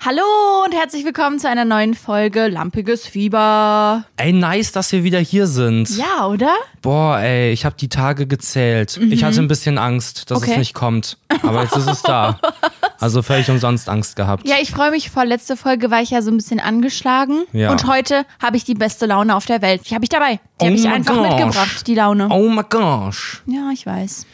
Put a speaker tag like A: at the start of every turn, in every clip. A: Hallo und herzlich willkommen zu einer neuen Folge Lampiges Fieber.
B: Ey, nice, dass wir wieder hier sind.
A: Ja, oder?
B: Boah, ey, ich habe die Tage gezählt. Ich hatte ein bisschen Angst, dass
A: Mhm. Okay.
B: es nicht kommt. Aber jetzt ist es da. Also völlig umsonst Angst gehabt.
A: Ja, ich freue mich vor. Letzte Folge war ich ja so ein bisschen angeschlagen.
B: Ja.
A: Und heute habe ich die beste Laune auf der Welt. Die habe ich dabei. Die habe
B: Oh
A: ich
B: my
A: einfach
B: gosh.
A: mitgebracht, die Laune.
B: Oh my gosh.
A: Ja, ich weiß.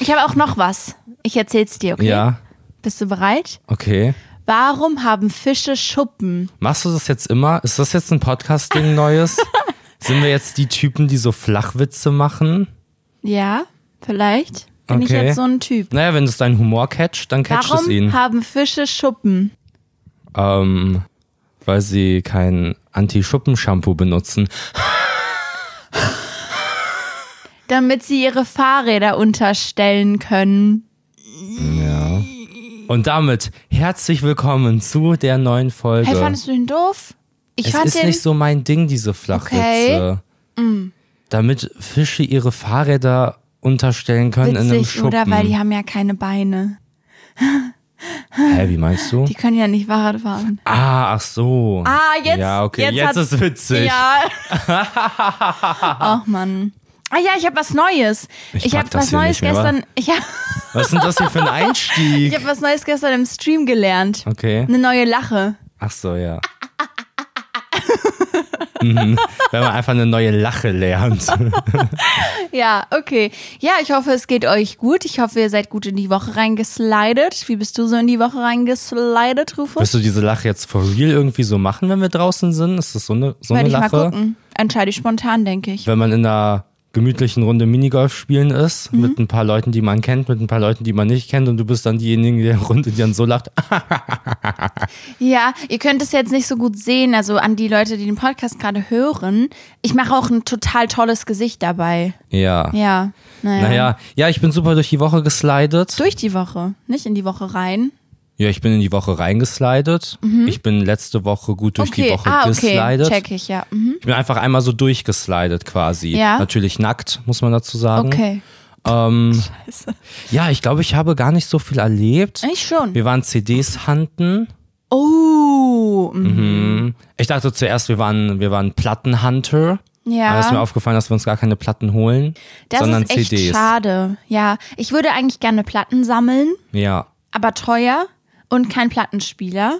A: Ich habe auch noch was. Ich erzähl's dir, okay?
B: Ja,
A: Bist du bereit?
B: okay.
A: Warum haben Fische Schuppen?
B: Machst du das jetzt immer? Ist das jetzt ein Podcast-Ding Neues? Sind wir jetzt die Typen, die so Flachwitze machen?
A: Ja, vielleicht bin ich
B: Okay.
A: jetzt so ein Typ.
B: Naja, wenn es deinen Humor catcht, dann catcht es
A: Warum
B: ihn.
A: haben Fische Schuppen?
B: Ähm, weil sie kein Anti-Schuppen-Shampoo benutzen.
A: Damit sie ihre Fahrräder unterstellen können.
B: Und damit herzlich willkommen zu der neuen Folge.
A: Hey, fandest du den doof? Ich
B: es
A: fand
B: ist
A: den.
B: nicht so mein Ding, diese Flachwitze.
A: Okay. Mm.
B: Damit Fische ihre Fahrräder unterstellen können in einem
A: Witzig,
B: Schuppen.
A: oder? Weil die haben ja keine Beine.
B: Hä, wie meinst du?
A: Die können ja nicht Fahrrad fahren.
B: Ah, ach so.
A: Ah, jetzt-
B: Ja, okay,
A: jetzt
B: jetzt,
A: hat-
B: ist witzig.
A: Ja. Ach Mann. Ah ja, ich habe was Neues.
B: Ich
A: Ich,
B: pack
A: hab habe
B: das
A: was
B: hier
A: Neues
B: nicht mehr, wa?
A: gestern. Ich habe
B: Was ist denn das hier für ein
A: ich
B: Einstieg?
A: hab was Neues gestern im Stream gelernt.
B: Okay.
A: Eine neue Lache.
B: Ach so, ja. Mhm. Wenn man einfach eine neue Lache lernt.
A: Ja, okay. Ja, ich hoffe, es geht euch gut. Ich hoffe, ihr seid gut in die Woche reingeslidet. Wie bist du so in die Woche reingeslidet, Rufus?
B: Wirst du diese Lache jetzt for real irgendwie so machen, wenn wir draußen sind? Ist das so eine, so eine
A: Werde ich mal
B: Lache?
A: gucken. Entscheide ich spontan, denke ich.
B: wenn man in einer gemütlichen Runde Minigolf spielen ist,
A: Mhm.
B: mit ein paar Leuten, die man kennt, mit ein paar Leuten, die man nicht kennt und du bist dann diejenige in der Runde, die dann so lacht. ah,
A: Ja, ihr könnt es jetzt nicht so gut sehen, also an die Leute, die den Podcast gerade hören. Ich mache auch ein total tolles Gesicht dabei.
B: Ja.
A: Ja, naja.
B: Naja, ja, ich bin super durch die Woche geslidet.
A: Durch die Woche, nicht in die Woche rein.
B: Ja, ich bin in die Woche reingeslidet. Ich bin letzte Woche gut durch
A: Mhm. okay,
B: die Woche
A: ah, okay,
B: geslidet.
A: check ich, ja. Mhm.
B: Ich bin einfach einmal so durchgeslidet quasi.
A: Ja.
B: Natürlich nackt, muss man dazu sagen.
A: Okay.
B: Ähm,
A: Scheiße.
B: ja, ich glaube, ich habe gar nicht so viel erlebt.
A: Ich schon.
B: Wir waren CDs handen.
A: Oh, mhm.
B: Mhm. Ich dachte zuerst, wir waren, wir waren Plattenhunter.
A: Ja.
B: Mhm. Aber ist mir aufgefallen, dass wir uns gar keine Platten holen,
A: das
B: sondern
A: ist echt
B: CDs.
A: schade. Ja, ich würde eigentlich gerne Platten sammeln,
B: Ja.
A: aber teuer und kein Plattenspieler.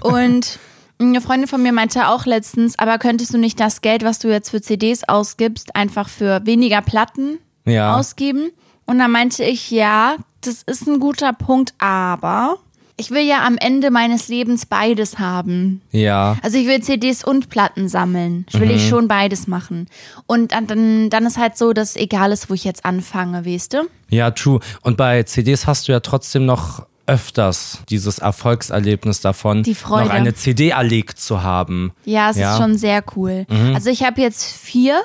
A: und eine Freundin von mir meinte auch letztens, aber könntest du nicht das Geld, was du jetzt für CDs ausgibst, einfach für weniger Platten
B: Ja.
A: ausgeben? Und dann meinte ich, ja, das ist ein guter Punkt, aber ich will ja am Ende meines Lebens beides haben.
B: Ja.
A: Also ich will CDs und Platten sammeln. Ich will ich schon beides machen. Und dann, dann, dann ist halt so, dass egal ist, wo ich jetzt anfange, weißt du?
B: Ja, true. Und bei CDs hast du ja trotzdem noch öfters dieses Erfolgserlebnis davon,
A: Die Freude.
B: noch eine CD erlegt zu haben.
A: Ja, es
B: Ja. Mhm.
A: ist schon sehr cool. Also ich habe jetzt vier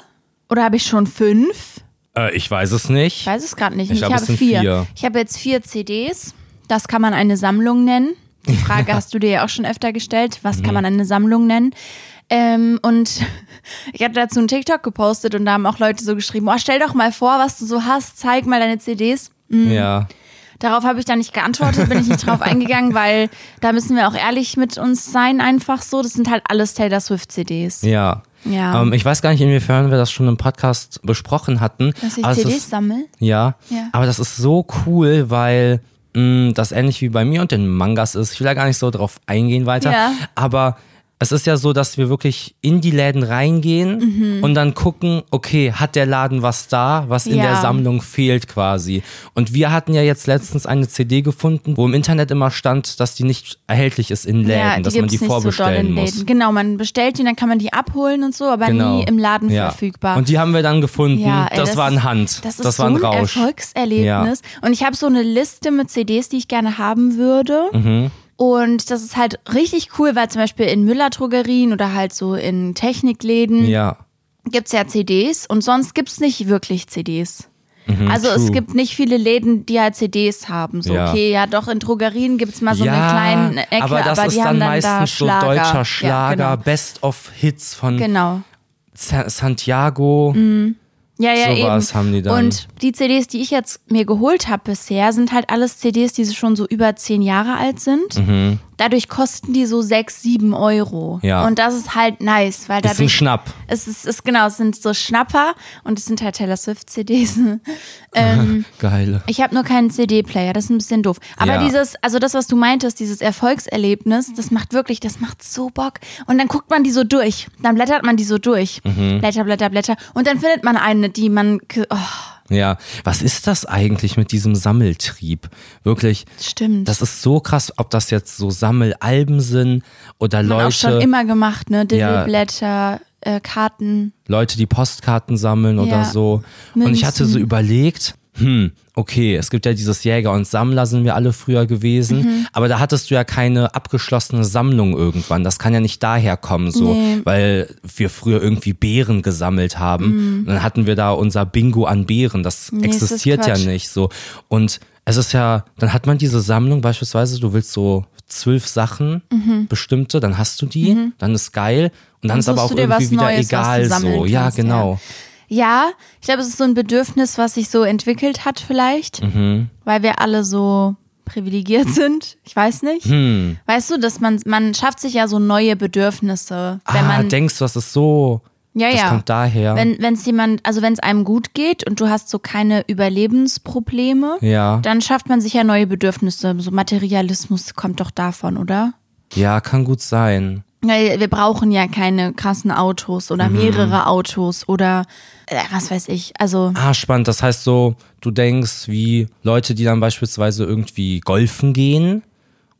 A: oder habe ich schon fünf?
B: Äh, ich weiß es nicht.
A: Ich weiß es gerade nicht.
B: Ich
A: Ich,
B: glaub, es
A: habe
B: sind
A: vier.
B: vier.
A: Ich habe jetzt vier CDs. Das kann man eine Sammlung nennen. Die Frage hast du dir ja auch schon öfter gestellt. Was
B: Mhm.
A: kann man eine Sammlung nennen? Ähm, und ich hatte dazu einen TikTok gepostet und da haben auch Leute so geschrieben, oh, stell doch mal vor, was du so hast, zeig mal deine CDs.
B: Ja.
A: Darauf habe ich da nicht geantwortet, bin ich nicht drauf eingegangen, weil da müssen wir auch ehrlich mit uns sein, einfach so. Das sind halt alles Taylor Swift CDs.
B: Ja.
A: Ja.
B: Ähm, ich weiß gar nicht, inwiefern wir das schon im Podcast besprochen hatten.
A: Dass ich
B: aber Also es
A: CDs
B: ist-
A: sammle?
B: Ja.
A: Ja.
B: Aber das ist so cool, weil mh, das ähnlich wie bei mir und den Mangas ist. Ich will da gar nicht so drauf eingehen weiter.
A: Ja.
B: Aber es ist ja so, dass wir wirklich in die Läden reingehen
A: Mhm.
B: und dann gucken, okay, hat der Laden was da, was in
A: Ja.
B: der Sammlung fehlt quasi. Und wir hatten ja jetzt letztens eine CD gefunden, wo im Internet immer stand, dass die nicht erhältlich ist in Läden,
A: ja, die
B: dass man
A: gibt's
B: die
A: nicht so doll
B: vorbestellen
A: in
B: muss. Genau.
A: Läden. Genau, man bestellt die und dann kann man die abholen und so, aber nie im Laden
B: ja.
A: verfügbar.
B: Und die haben wir dann gefunden.
A: ja, ey,
B: das, war ein
A: ist-
B: Hand.
A: Das ist
B: war
A: so
B: ein
A: ein
B: Rausch.
A: Erfolgserlebnis. Und ich habe so eine Liste mit CDs, die ich gerne haben würde.
B: Mhm.
A: Und das ist halt richtig cool, weil zum Beispiel in Müller-Drogerien oder halt so in Technikläden
B: Ja.
A: gibt's ja CDs und sonst gibt's nicht wirklich CDs. also es
B: Mhm, true.
A: gibt nicht viele Läden, die halt CDs haben. So,
B: Ja.
A: okay, ja doch, in Drogerien gibt's mal so eine kleine Ecke, aber,
B: aber das ist
A: die haben
B: dann
A: dann da
B: meistens
A: Schlager.
B: so deutscher Schlager,
A: Ja,
B: Best of Hits von
A: genau. genau.
B: Sa- Santiago.
A: Mm, Ja, ja,
B: Sowas
A: eben.
B: haben die dann.
A: Und die CDs, die ich jetzt mir geholt habe bisher, sind halt alles CDs, die schon so über zehn Jahre alt sind. Dadurch kosten die so 6, 7 Euro.
B: Mhm. Ja.
A: Und das ist halt nice, weil
B: Ist ein
A: dadurch.
B: Schnapp.
A: Es ist, ist genau, es sind so Schnapper und es sind halt Taylor Swift CDs. ähm,
B: Geil.
A: ich habe nur keinen CD-Player, das ist ein bisschen doof. Aber
B: Ja.
A: dieses, also das, was du meintest, dieses Erfolgserlebnis, das macht wirklich, das macht so Bock. Und dann guckt man die so durch, dann blättert man die so durch.
B: Mhm.
A: Blätter, Blätter, Blätter. Und dann findet man eine, die man, ge- oh,
B: Ja. Was ist das eigentlich mit diesem Sammeltrieb? Wirklich.
A: stimmt.
B: Das ist so krass, ob das jetzt so Sammelalben sind oder
A: hat man
B: Leute.
A: auch schon immer gemacht, ne?
B: Ja.
A: Diddleblätter, äh, Karten.
B: Leute, die Postkarten sammeln oder
A: Ja.
B: so. Und ich hatte so überlegt, hm, okay, es gibt ja dieses Jäger und Sammler sind wir alle früher gewesen,
A: Mhm.
B: aber da hattest du ja keine abgeschlossene Sammlung irgendwann. Das kann ja nicht daher kommen, so,
A: Nee.
B: weil wir früher irgendwie Beeren gesammelt haben. Und dann hatten wir da unser Bingo an Beeren. Das
A: Mhm. Nee, es ist
B: existiert ja
A: Quatsch.
B: nicht so. Und es ist ja, dann hat man diese Sammlung, beispielsweise, du willst so zwölf Sachen,
A: Mhm.
B: bestimmte, dann hast du die, dann ist geil. Und dann ist aber auch
A: suchst du dir was
B: irgendwie wieder
A: Neues, was du
B: egal
A: sammeln
B: so. Ja,
A: kannst,
B: genau.
A: Ja, ich glaube, es ist so ein Bedürfnis, was sich so entwickelt hat vielleicht,
B: Mhm.
A: weil wir alle so privilegiert sind. Ich weiß nicht.
B: Hm.
A: Weißt du, dass man man schafft sich ja so neue Bedürfnisse, wenn
B: ah,
A: man
B: denkst du, das ist so.
A: ja
B: das
A: ja.
B: kommt daher.
A: Wenn wenn es jemand, also wenn es einem gut geht und du hast so keine Überlebensprobleme,
B: ja.
A: dann schafft man sich ja neue Bedürfnisse. So Materialismus kommt doch davon, oder?
B: ja, kann gut sein.
A: Weil wir brauchen ja keine krassen Autos oder
B: Mhm.
A: mehrere Autos oder äh, was weiß ich. Also
B: Ah, spannend. Das heißt so, du denkst, wie Leute, die dann beispielsweise irgendwie golfen gehen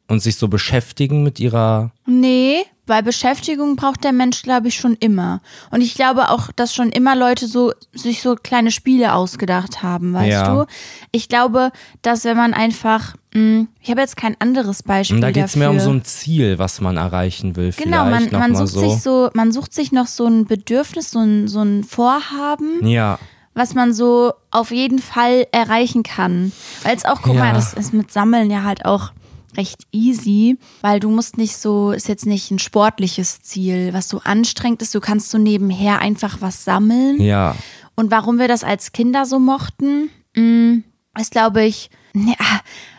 B: und sich so beschäftigen mit ihrer.
A: Nee, weil Beschäftigung braucht der Mensch, glaube ich, schon immer. Und ich glaube auch, dass schon immer Leute so sich so kleine Spiele ausgedacht haben, weißt
B: Ja.
A: du? Ich glaube, dass wenn man einfach, mh, ich habe jetzt kein anderes Beispiel
B: Und da geht es
A: dafür.
B: mehr um so ein Ziel, was man erreichen will.
A: Genau, man,
B: vielleicht noch
A: man
B: mal
A: sucht
B: so.
A: sich so, man sucht sich noch so ein Bedürfnis, so ein, so ein Vorhaben,
B: Ja.
A: was man so auf jeden Fall erreichen kann. Weil es auch, guck
B: Ja.
A: mal, das ist mit Sammeln ja halt auch recht easy, weil du musst nicht so, ist jetzt nicht ein sportliches Ziel, was so anstrengend ist, du kannst so nebenher einfach was sammeln.
B: Ja.
A: Und warum wir das als Kinder so mochten, mh, ist glaube ich, ja,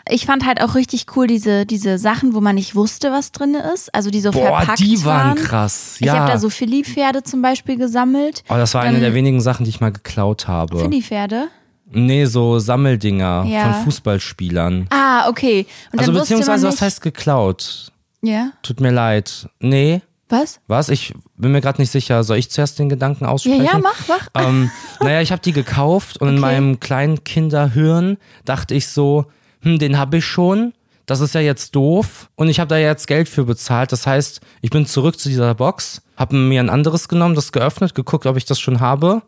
A: ich fand halt auch richtig cool diese, diese Sachen, wo man nicht wusste, was drin ist, also die so
B: Boah,
A: verpackt
B: die waren
A: waren.
B: krass.
A: Ich
B: Ja.
A: habe da so Philly-Pferde zum Beispiel gesammelt.
B: oh, das war eine der wenigen Sachen, die ich mal geklaut habe.
A: Philly-Pferde?
B: Nee, so Sammeldinger
A: Ja.
B: von Fußballspielern.
A: Ah, okay. Und
B: Also
A: dann wusste man
B: beziehungsweise,
A: nicht,
B: was heißt geklaut?
A: Ja.
B: Tut mir leid. Nee,
A: Was?
B: was? Ich bin mir gerade nicht sicher. Soll ich zuerst den Gedanken
A: Ja,
B: aussprechen?
A: ja, mach, mach.
B: Ähm, naja, ich habe die gekauft und in
A: Okay.
B: meinem kleinen Kinderhirn dachte ich so, hm, den habe ich schon. Das ist ja jetzt doof und ich habe da jetzt Geld für bezahlt. Das heißt, ich bin zurück zu dieser Box, habe mir ein anderes genommen, das geöffnet, geguckt, ob ich das schon habe.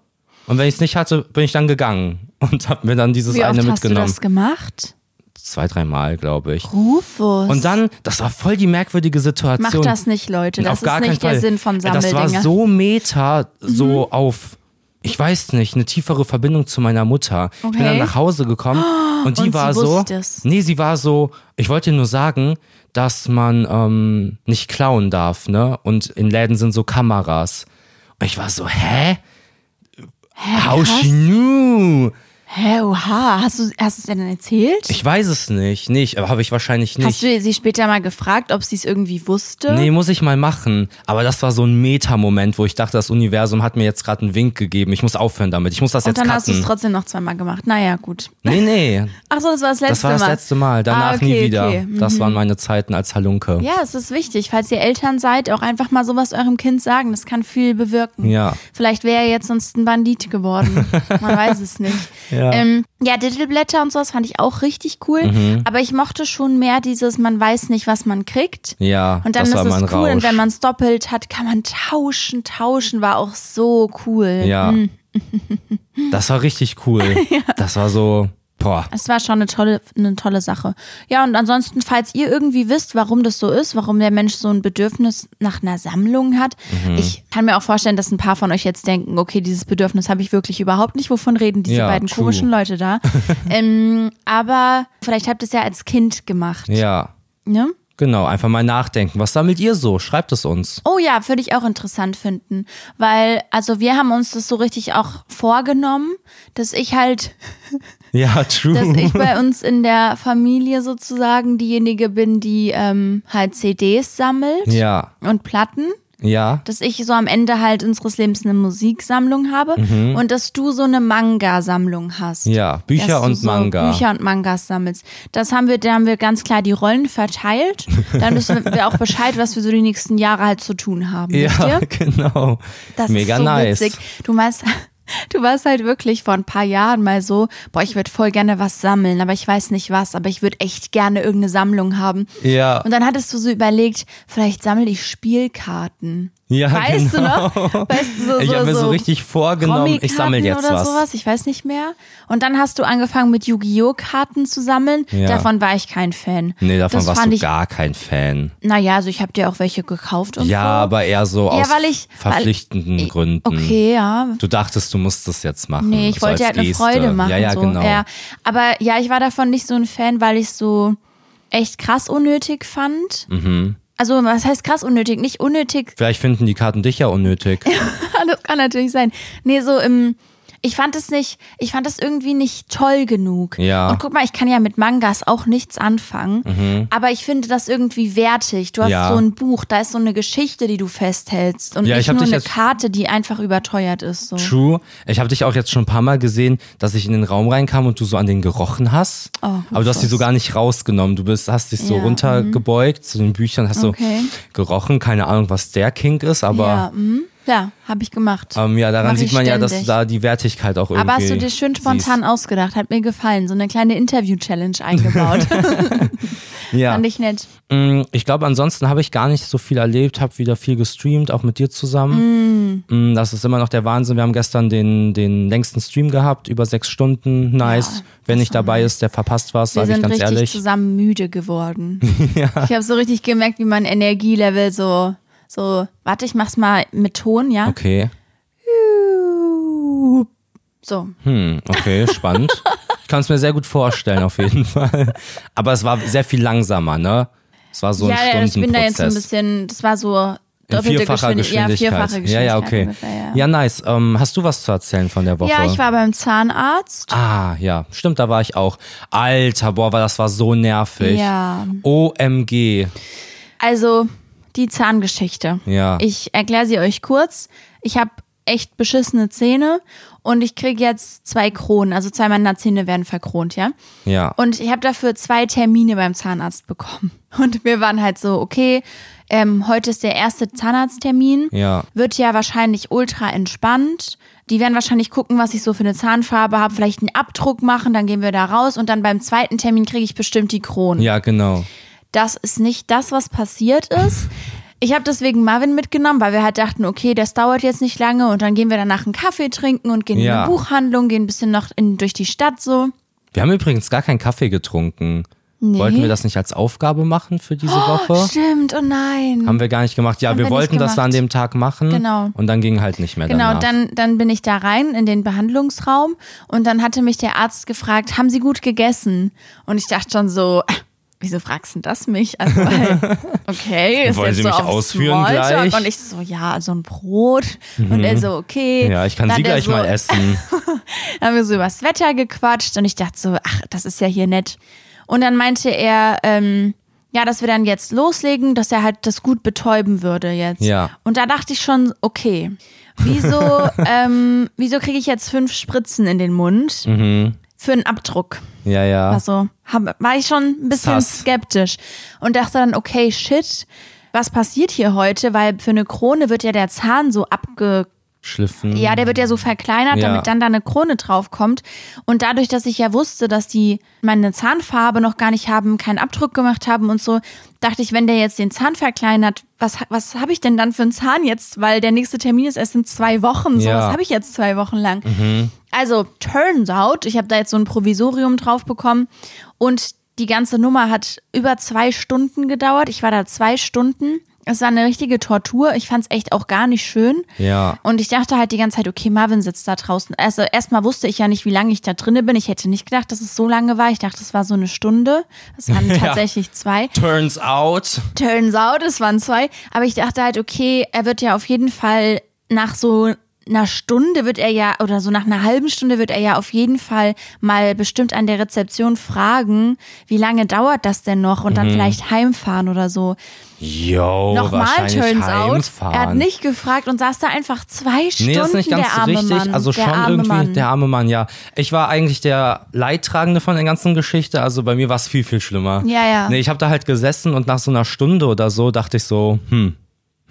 B: Und wenn ich es nicht hatte, bin ich dann gegangen und habe mir dann dieses
A: Wie oft
B: eine
A: hast du
B: mitgenommen.
A: das gemacht?
B: Zwei, dreimal, glaube ich.
A: Rufus.
B: Und dann, das war voll die merkwürdige Situation.
A: Mach das nicht, Leute. Das
B: Auf gar
A: ist nicht der
B: keinen Fall.
A: Sinn Mhm. von
B: Das
A: Sammeldingen.
B: war so meta, so auf, ich weiß nicht, eine tiefere Verbindung zu meiner Mutter. Ich bin
A: Okay.
B: dann nach Hause gekommen und die
A: und sie
B: war so,
A: wusste es.
B: nee, sie war so, ich wollte nur sagen, dass man ähm, nicht klauen darf, ne? Und in Läden sind so Kameras. Und ich war so, hä? How
A: krass.
B: she knew?
A: Hä, oha. Hast du, hast du es ihr denn erzählt?
B: Ich weiß es nicht. Nee, ich- aber habe ich wahrscheinlich nicht.
A: hast du sie später mal gefragt, ob sie es irgendwie wusste?
B: Nee, muss ich mal machen. Aber das war so ein Meta-Moment, wo ich dachte, das Universum hat mir jetzt gerade einen Wink gegeben. Ich muss aufhören damit. Ich muss das
A: Und
B: jetzt
A: dann hast du es
B: cutten.
A: trotzdem noch zweimal gemacht. Naja, gut.
B: Nee, nee.
A: Ach so, das war das letzte
B: Das war
A: Mal.
B: das letzte Mal. Danach
A: Ah, okay,
B: nie wieder.
A: okay. Mhm.
B: Das waren meine Zeiten als Halunke.
A: Ja, es ist wichtig, falls ihr Eltern seid, auch einfach mal sowas eurem Kind sagen. Das kann viel bewirken.
B: Ja.
A: Vielleicht wäre er jetzt sonst ein Bandit geworden. Man weiß es nicht.
B: Ja.
A: ähm, ja Diddleblätter und sowas fand ich auch richtig cool.
B: Mhm.
A: Aber ich mochte schon mehr dieses, man weiß nicht, was man kriegt.
B: Ja,
A: Und dann
B: das
A: ist
B: war
A: es
B: mein
A: cool.
B: Rausch.
A: Und wenn man es doppelt hat, kann man tauschen. Tauschen war auch so Mhm. cool.
B: ja. Das war richtig cool. Das war so, boah.
A: Es war schon eine tolle, eine tolle Sache. Ja, und ansonsten, falls ihr irgendwie wisst, warum das so ist, warum der Mensch so ein Bedürfnis nach einer Sammlung hat,
B: Mhm.
A: ich kann mir auch vorstellen, dass ein paar von euch jetzt denken, okay, dieses Bedürfnis habe ich wirklich überhaupt nicht. Wovon reden diese
B: Ja,
A: beiden
B: true.
A: komischen Leute da? ähm, aber vielleicht habt ihr es ja als Kind gemacht.
B: Ja.
A: Ne?
B: Genau, einfach mal nachdenken. Was sammelt ihr so? Schreibt es uns.
A: Oh ja, würde ich auch interessant finden, weil also wir haben uns das so richtig auch vorgenommen, dass ich halt,
B: Ja, true.
A: dass ich bei uns in der Familie sozusagen diejenige bin, die ähm, halt CDs sammelt
B: ja,
A: und Platten.
B: ja.
A: Dass ich so am Ende halt unseres Lebens eine Musiksammlung habe und dass du so eine Manga-Sammlung hast.
B: Mhm. Ja, Bücher
A: dass du
B: und
A: so
B: Manga.
A: Bücher und Mangas sammelst. Das haben wir, da haben wir ganz klar die Rollen verteilt. Dann wissen wir auch Bescheid, was wir so die nächsten Jahre halt zu tun haben. wisst
B: ja,
A: ihr?
B: genau.
A: Das
B: Mega
A: ist so
B: nice.
A: witzig. Du weißt, du warst halt wirklich vor ein paar Jahren mal so, boah, ich würde voll gerne was sammeln, aber ich weiß nicht was, aber ich würde echt gerne irgendeine Sammlung haben.
B: Ja.
A: Und dann hattest du so überlegt, vielleicht sammle ich Spielkarten.
B: Ja,
A: weißt
B: genau.
A: du noch? Weißt du, so,
B: ich
A: so,
B: habe mir so, richtig vorgenommen, ich sammle
A: Promi-Karten
B: jetzt
A: oder
B: was.
A: sowas, ich weiß nicht mehr. Und dann hast du angefangen mit Yu-Gi-Oh! Karten zu sammeln.
B: Ja.
A: Davon war ich kein Fan.
B: Nee, davon
A: das
B: warst
A: fand
B: du
A: ich,
B: gar kein Fan.
A: Naja, also ich habe dir auch welche gekauft und
B: Ja,
A: so.
B: aber eher so aus
A: weil ich- weil-
B: verpflichtenden Gründen.
A: Okay, ja.
B: Du dachtest, du musst das jetzt machen.
A: Nee, ich
B: so
A: wollte
B: als
A: ja halt eine
B: Geste.
A: Freude machen.
B: Ja, ja,
A: so.
B: genau.
A: Ja. Aber ja, ich war davon nicht so ein Fan, weil ich so echt krass unnötig fand.
B: Mhm.
A: Also, was heißt krass unnötig? Nicht unnötig,
B: Vielleicht finden die Karten dich ja unnötig.
A: das kann natürlich sein. Nee, so im. Ich fand es nicht, ich fand es irgendwie nicht toll genug.
B: Ja. Mhm.
A: Und guck mal, ich kann ja mit Mangas auch nichts anfangen, aber ich finde das irgendwie wertig. Du hast
B: Ja.
A: so ein Buch, da ist so eine Geschichte, die du festhältst und
B: Ja,
A: nicht
B: ich hab
A: nur
B: dich
A: eine
B: jetzt-
A: Karte, die einfach überteuert ist. So.
B: True. Ich habe dich auch jetzt schon ein paar Mal gesehen, dass ich in den Raum reinkam und du so an den gerochen hast.
A: Oh,
B: aber du hast die
A: Rufus.
B: so gar nicht rausgenommen. Du bist, hast dich so
A: Ja, mhm.
B: runtergebeugt zu den Büchern, hast
A: Okay.
B: so gerochen. Keine Ahnung, was der Kink ist, aber
A: Ja, mhm. ja habe ich gemacht.
B: ja, ähm, ja daran
A: Mach
B: sieht
A: ich
B: man ja, dass du
A: ständig.
B: da die Wertigkeit auch irgendwie.
A: Aber hast du dir schön spontan ausgedacht, hat mir gefallen. So eine kleine Interview-Challenge eingebaut.
B: siehst. Ja.
A: Fand ich nett.
B: Mm, Ich glaube, ansonsten habe ich gar nicht so viel erlebt, habe wieder viel gestreamt, auch mit dir zusammen. Mm, Das ist immer noch der Wahnsinn. Wir haben gestern den, den längsten Stream gehabt, über sechs Stunden. Nice.
A: Ja,
B: Wer nicht dabei ist, der verpasst was,
A: Wir
B: sage ich
A: sind
B: ganz
A: richtig
B: ehrlich.
A: zusammen müde geworden. Ich habe so richtig gemerkt, wie mein Energielevel so, so, warte, ich mach's mal mit Ton, ja?
B: Okay.
A: So.
B: Hm, okay, spannend. ich kann es mir sehr gut vorstellen, auf jeden Fall. Aber es war sehr viel langsamer, ne? Es war so ein
A: ja, ja, ich bin da jetzt so ein
B: Stundenprozess.
A: bisschen, das war so
B: In
A: doppelte
B: vierfacher
A: Geschwindig-
B: Geschwindigkeit.
A: Ja, vierfache
B: ja,
A: Geschwindigkeit.
B: ja, okay.
A: ungefähr, ja.
B: ja, nice. Ähm, hast du was zu erzählen von der Woche?
A: ja, ich war beim Zahnarzt.
B: Ah, ja, stimmt, da war ich auch. Alter, boah, war- das war so nervig.
A: Ja.
B: OMG.
A: Also, die Zahngeschichte.
B: Ja.
A: Ich erkläre sie euch kurz. Ich habe echt beschissene Zähne und ich kriege jetzt zwei Kronen. Also zwei meiner Zähne werden verkront, ja?
B: Ja.
A: Und ich habe dafür zwei Termine beim Zahnarzt bekommen. Und wir waren halt so, okay, ähm, heute ist der erste Zahnarzttermin.
B: Ja.
A: Wird ja wahrscheinlich ultra entspannt. Die werden wahrscheinlich gucken, was ich so für eine Zahnfarbe habe, vielleicht einen Abdruck machen, dann gehen wir da raus und dann beim zweiten Termin kriege ich bestimmt die Kronen
B: ja, genau.
A: das ist nicht das, was passiert ist. Ich habe deswegen Marvin mitgenommen, weil wir halt dachten, okay, das dauert jetzt nicht lange und dann gehen wir danach einen Kaffee trinken und gehen in
B: Ja.
A: eine Buchhandlung, gehen ein bisschen noch in, durch die Stadt so.
B: Wir haben übrigens gar keinen Kaffee getrunken.
A: Nee.
B: Wollten wir das nicht als Aufgabe machen für diese Woche?
A: Stimmt, oh nein.
B: Haben wir gar nicht gemacht. Ja,
A: Haben
B: wir
A: wir nicht
B: wollten das an
A: gemacht.
B: dem Tag machen.
A: Genau.
B: Und dann ging halt nicht mehr
A: Genau,
B: danach.
A: und dann, dann bin ich da rein in den Behandlungsraum und dann hatte mich der Arzt gefragt, haben Sie gut gegessen? Und ich dachte schon so, "Ah, wieso fragst du das mich? Also, weil, okay, ist
B: Wollen
A: jetzt
B: Sie
A: so
B: mich
A: auf
B: ausführen
A: Smalltalk.
B: gleich? Mhm.
A: Und ich so, ja, so ein Brot. Und er so, okay.
B: ja, ich kann
A: Dann
B: sie
A: hat er
B: gleich
A: so,
B: mal essen.
A: Dann haben wir so übers Wetter gequatscht und ich dachte so, ach, das ist ja hier nett. Und dann meinte er, ähm, ja, dass wir dann jetzt loslegen, dass er halt das gut betäuben würde jetzt.
B: Ja.
A: Und da dachte ich schon, okay, wieso, ähm, wieso kriege ich jetzt fünf Spritzen in den Mund
B: Mhm.
A: für einen Abdruck?
B: Ja, ja.
A: Also hab, war ich schon ein bisschen
B: Sass.
A: skeptisch und dachte dann, okay, shit, was passiert hier heute? Weil für eine Krone wird ja der Zahn so abge
B: Schliffen.
A: ja, der wird ja so verkleinert,
B: Mhm. Ja.
A: damit dann da eine Krone draufkommt. Und dadurch, dass ich ja wusste, dass die meine Zahnfarbe noch gar nicht haben, keinen Abdruck gemacht haben und so, dachte ich, wenn der jetzt den Zahn verkleinert, was, ha- was habe ich denn dann für einen Zahn jetzt? Weil der nächste Termin ist erst in zwei Wochen. So,
B: Ja. Mhm.
A: was habe ich jetzt zwei Wochen lang? Also, turns out, ich habe da jetzt so ein Provisorium drauf bekommen und die ganze Nummer hat über zwei Stunden gedauert. Ich war da zwei Stunden. Es war eine richtige Tortur. Ich fand es echt auch gar nicht schön.
B: Ja.
A: Und ich dachte halt die ganze Zeit, okay, Marvin sitzt da draußen. Also erstmal wusste ich ja nicht, wie lange ich da drinne bin. Ich hätte nicht gedacht, dass es so lange war. Ich dachte, es war so eine Stunde. Es waren tatsächlich zwei.
B: Turns out.
A: Turns out, es waren zwei. Aber ich dachte halt, okay, er wird ja auf jeden Fall nach so einer Stunde wird er ja, oder so nach einer halben Stunde wird er ja auf jeden Fall mal bestimmt an der Rezeption fragen, wie lange dauert das denn noch und dann vielleicht heimfahren oder so.
B: Yo,
A: Nochmal
B: wahrscheinlich
A: turns out.
B: heimfahren.
A: Er hat nicht gefragt und saß da einfach zwei Stunden.
B: Nee, das ist nicht ganz
A: der arme
B: richtig.
A: Mann,
B: also
A: der
B: schon
A: arme
B: irgendwie
A: Mann.
B: der arme Mann, ja. Ich war eigentlich der Leidtragende von der ganzen Geschichte. Also bei mir war es viel, viel schlimmer.
A: Ja, ja.
B: Nee, ich habe da halt gesessen und nach so einer Stunde oder so dachte ich so, hm,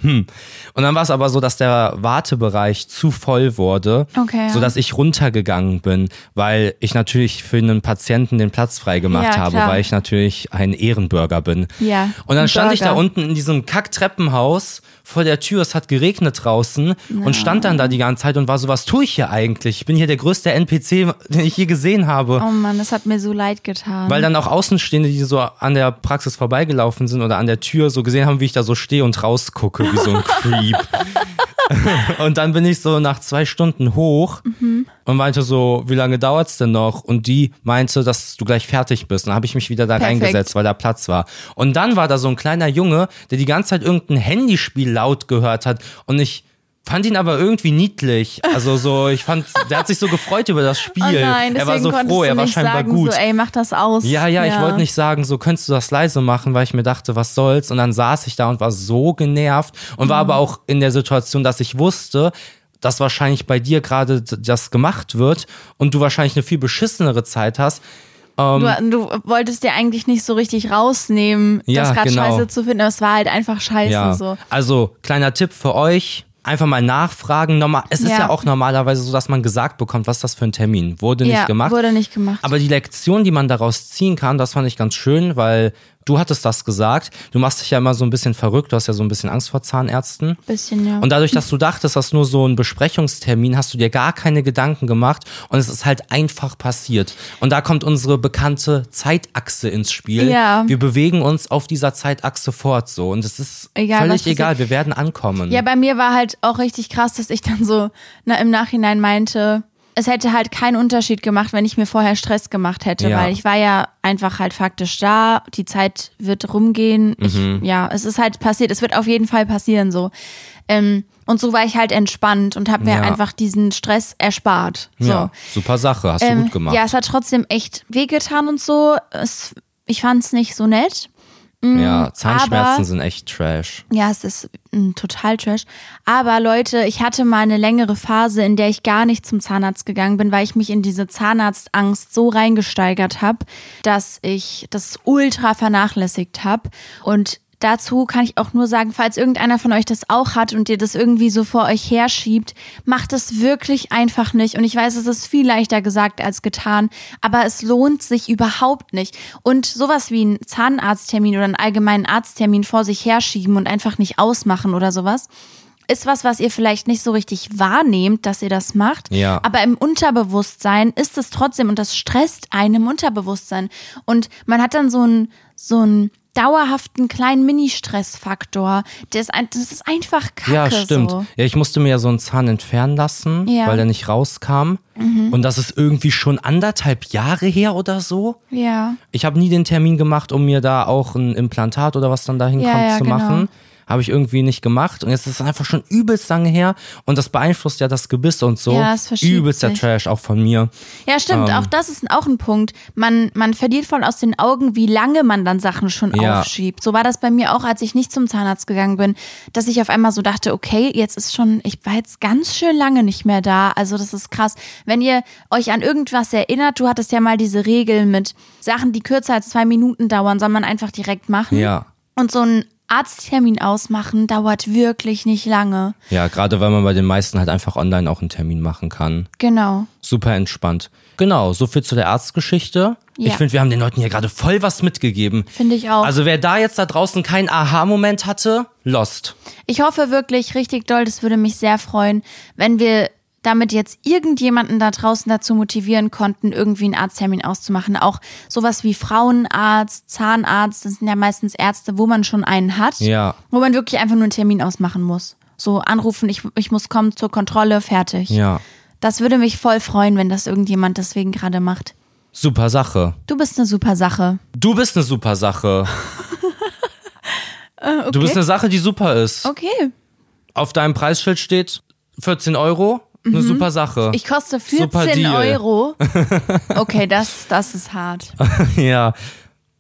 B: hm. Und dann war es aber so, dass der Wartebereich zu voll wurde,
A: Okay, ja.
B: sodass ich runtergegangen bin, weil ich natürlich für einen Patienten den Platz freigemacht
A: Ja,
B: habe,
A: klar.
B: weil ich natürlich ein Ehrenbürger bin.
A: Ja,
B: Und dann
A: ein
B: stand ich da
A: Burger.
B: unten in diesem Kacktreppenhaus vor der Tür, es hat geregnet draußen und stand dann da die ganze Zeit und war so, was tue ich hier eigentlich? Ich bin hier der größte NPC, den ich je gesehen habe.
A: Oh Mann, das hat mir so leid getan.
B: Weil dann auch Außenstehende, die so an der Praxis vorbeigelaufen sind oder an der Tür, so gesehen haben, wie ich da so stehe und rausgucke, wie so ein Creep. und dann bin ich so nach zwei Stunden hoch
A: Mhm.
B: und meinte so, wie lange dauert's denn noch? Und die meinte, dass du gleich fertig bist. Und dann habe ich mich wieder da
A: Perfekt.
B: reingesetzt, weil da Platz war. Und dann war da so ein kleiner Junge, der die ganze Zeit irgendein Handyspiel laut gehört hat und ich fand ihn aber irgendwie niedlich. Also so, ich fand, der hat sich so gefreut über das Spiel.
A: oh nein, deswegen
B: er war so
A: konntest
B: froh,
A: du
B: er war
A: nicht
B: scheinbar
A: sagen,
B: gut.
A: so, ey, mach das aus.
B: Ja, ja, ich wollte nicht sagen, so könntest du das leise machen, weil ich mir dachte, was soll's. Und dann saß ich da und war so genervt und
A: Mhm.
B: war aber auch in der Situation, dass ich wusste, dass wahrscheinlich bei dir gerade d- das gemacht wird und du wahrscheinlich eine viel beschissenere Zeit hast. ähm,
A: Du, du wolltest dir eigentlich nicht so richtig rausnehmen,
B: Ja,
A: das gerade
B: genau.
A: scheiße zu finden, aber es war halt einfach scheiße
B: Ja.
A: so.
B: Also, kleiner Tipp für euch. Einfach mal nachfragen. Normal, es ist
A: Ja.
B: ja auch normalerweise so, dass man gesagt bekommt, was ist das für ein Termin? Wurde nicht
A: ja,
B: gemacht.
A: wurde nicht gemacht.
B: Aber die Lektion, die man daraus ziehen kann, das fand ich ganz schön, weil du hattest das gesagt. Du machst dich ja immer so ein bisschen verrückt, du hast ja so ein bisschen Angst vor Zahnärzten.
A: Bisschen, ja.
B: Und dadurch, dass du dachtest, das ist nur so ein Besprechungstermin, hast du dir gar keine Gedanken gemacht und es ist halt einfach passiert. Und da kommt unsere bekannte Zeitachse ins Spiel.
A: Ja.
B: Wir bewegen uns auf dieser Zeitachse fort so und es ist
A: Egal, was
B: völlig
A: passiert.
B: egal, wir werden ankommen.
A: Ja, bei mir war halt auch richtig krass, dass ich dann so na, im Nachhinein meinte, es hätte halt keinen Unterschied gemacht, wenn ich mir vorher Stress gemacht hätte,
B: Ja.
A: weil ich war ja einfach halt faktisch da, die Zeit wird rumgehen.
B: Mhm.
A: Ich, ja, es ist halt passiert, es wird auf jeden Fall passieren so. Ähm, und so war ich halt entspannt und habe mir
B: Ja.
A: einfach diesen Stress erspart. So. Ähm,
B: Ja, super Sache, hast du gut gemacht.
A: Ja, es hat trotzdem echt wehgetan und so. Es, ich fand's nicht so nett.
B: ja, Zahnschmerzen
A: aber-
B: sind echt trash.
A: Ja, es ist mm, total trash. Aber Leute, ich hatte mal eine längere Phase, in der ich gar nicht zum Zahnarzt gegangen bin, weil ich mich in diese Zahnarztangst so reingesteigert habe, dass ich das ultra vernachlässigt habe. Und dazu kann ich auch nur sagen, falls irgendeiner von euch das auch hat und ihr das irgendwie so vor euch herschiebt, macht es wirklich einfach nicht. Und ich weiß, es ist viel leichter gesagt als getan, aber es lohnt sich überhaupt nicht. Und sowas wie einen Zahnarzttermin oder einen allgemeinen Arzttermin vor sich herschieben und einfach nicht ausmachen oder sowas. Ist was, was ihr vielleicht nicht so richtig wahrnehmt, dass ihr das macht.
B: Ja.
A: Aber im Unterbewusstsein ist es trotzdem und das stresst einen im Unterbewusstsein. Und man hat dann so einen, so einen dauerhaften kleinen Mini-Stressfaktor. Der ist ein- Das ist einfach kacke.
B: Ja, stimmt.
A: So.
B: Ja, ich musste mir ja so einen Zahn entfernen lassen,
A: Ja. Mhm.
B: weil der nicht rauskam. Und das ist irgendwie schon anderthalb Jahre her oder so.
A: Ja.
B: Ich habe nie den Termin gemacht, um mir da auch ein Implantat oder was dann dahin
A: Ja,
B: kommt
A: ja,
B: zu
A: genau.
B: machen. Habe ich irgendwie nicht gemacht. Und jetzt ist es einfach schon übelst lange her. Und das beeinflusst ja das Gebiss und so.
A: Ja, es verschiebt
B: übelst der
A: sich.
B: Trash, auch von mir.
A: Ja, stimmt.
B: Ähm.
A: auch das ist auch ein Punkt. Man, man verliert voll aus den Augen, wie lange man dann Sachen schon
B: Ja.
A: aufschiebt. So war das bei mir auch, als ich nicht zum Zahnarzt gegangen bin, dass ich auf einmal so dachte, okay, jetzt ist schon, ich war jetzt ganz schön lange nicht mehr da. Also das ist krass. Wenn ihr euch an irgendwas erinnert, du hattest ja mal diese Regel mit Sachen, die kürzer als zwei Minuten dauern, soll man einfach direkt machen.
B: Ja.
A: Und so ein Arzttermin ausmachen dauert wirklich nicht lange.
B: Ja, gerade weil man bei den meisten halt einfach online auch einen Termin machen kann.
A: Genau.
B: Super entspannt. Genau, so viel zu der Arztgeschichte.
A: Ja.
B: Ich finde, wir haben den Leuten hier gerade voll was mitgegeben.
A: Finde ich auch.
B: Also wer da jetzt da draußen keinen Aha-Moment hatte, lost.
A: Ich hoffe wirklich richtig doll, das würde mich sehr freuen, wenn wir damit jetzt irgendjemanden da draußen dazu motivieren konnten, irgendwie einen Arzttermin auszumachen. Auch sowas wie Frauenarzt, Zahnarzt, das sind ja meistens Ärzte, wo man schon einen hat,
B: Ja.
A: wo man wirklich einfach nur einen Termin ausmachen muss. So anrufen, ich, ich muss kommen zur Kontrolle, fertig.
B: Ja.
A: Das würde mich voll freuen, wenn das irgendjemand deswegen gerade macht.
B: Super Sache.
A: Du bist eine super Sache.
B: Du bist eine super Sache. Äh, Du bist eine Sache, die super ist.
A: Okay.
B: Auf deinem Preisschild steht 14 Euro. Eine super Sache.
A: Mhm. Ich koste
B: Super
A: 14
B: Deal.
A: Euro. Okay, das, das ist hart.
B: ja,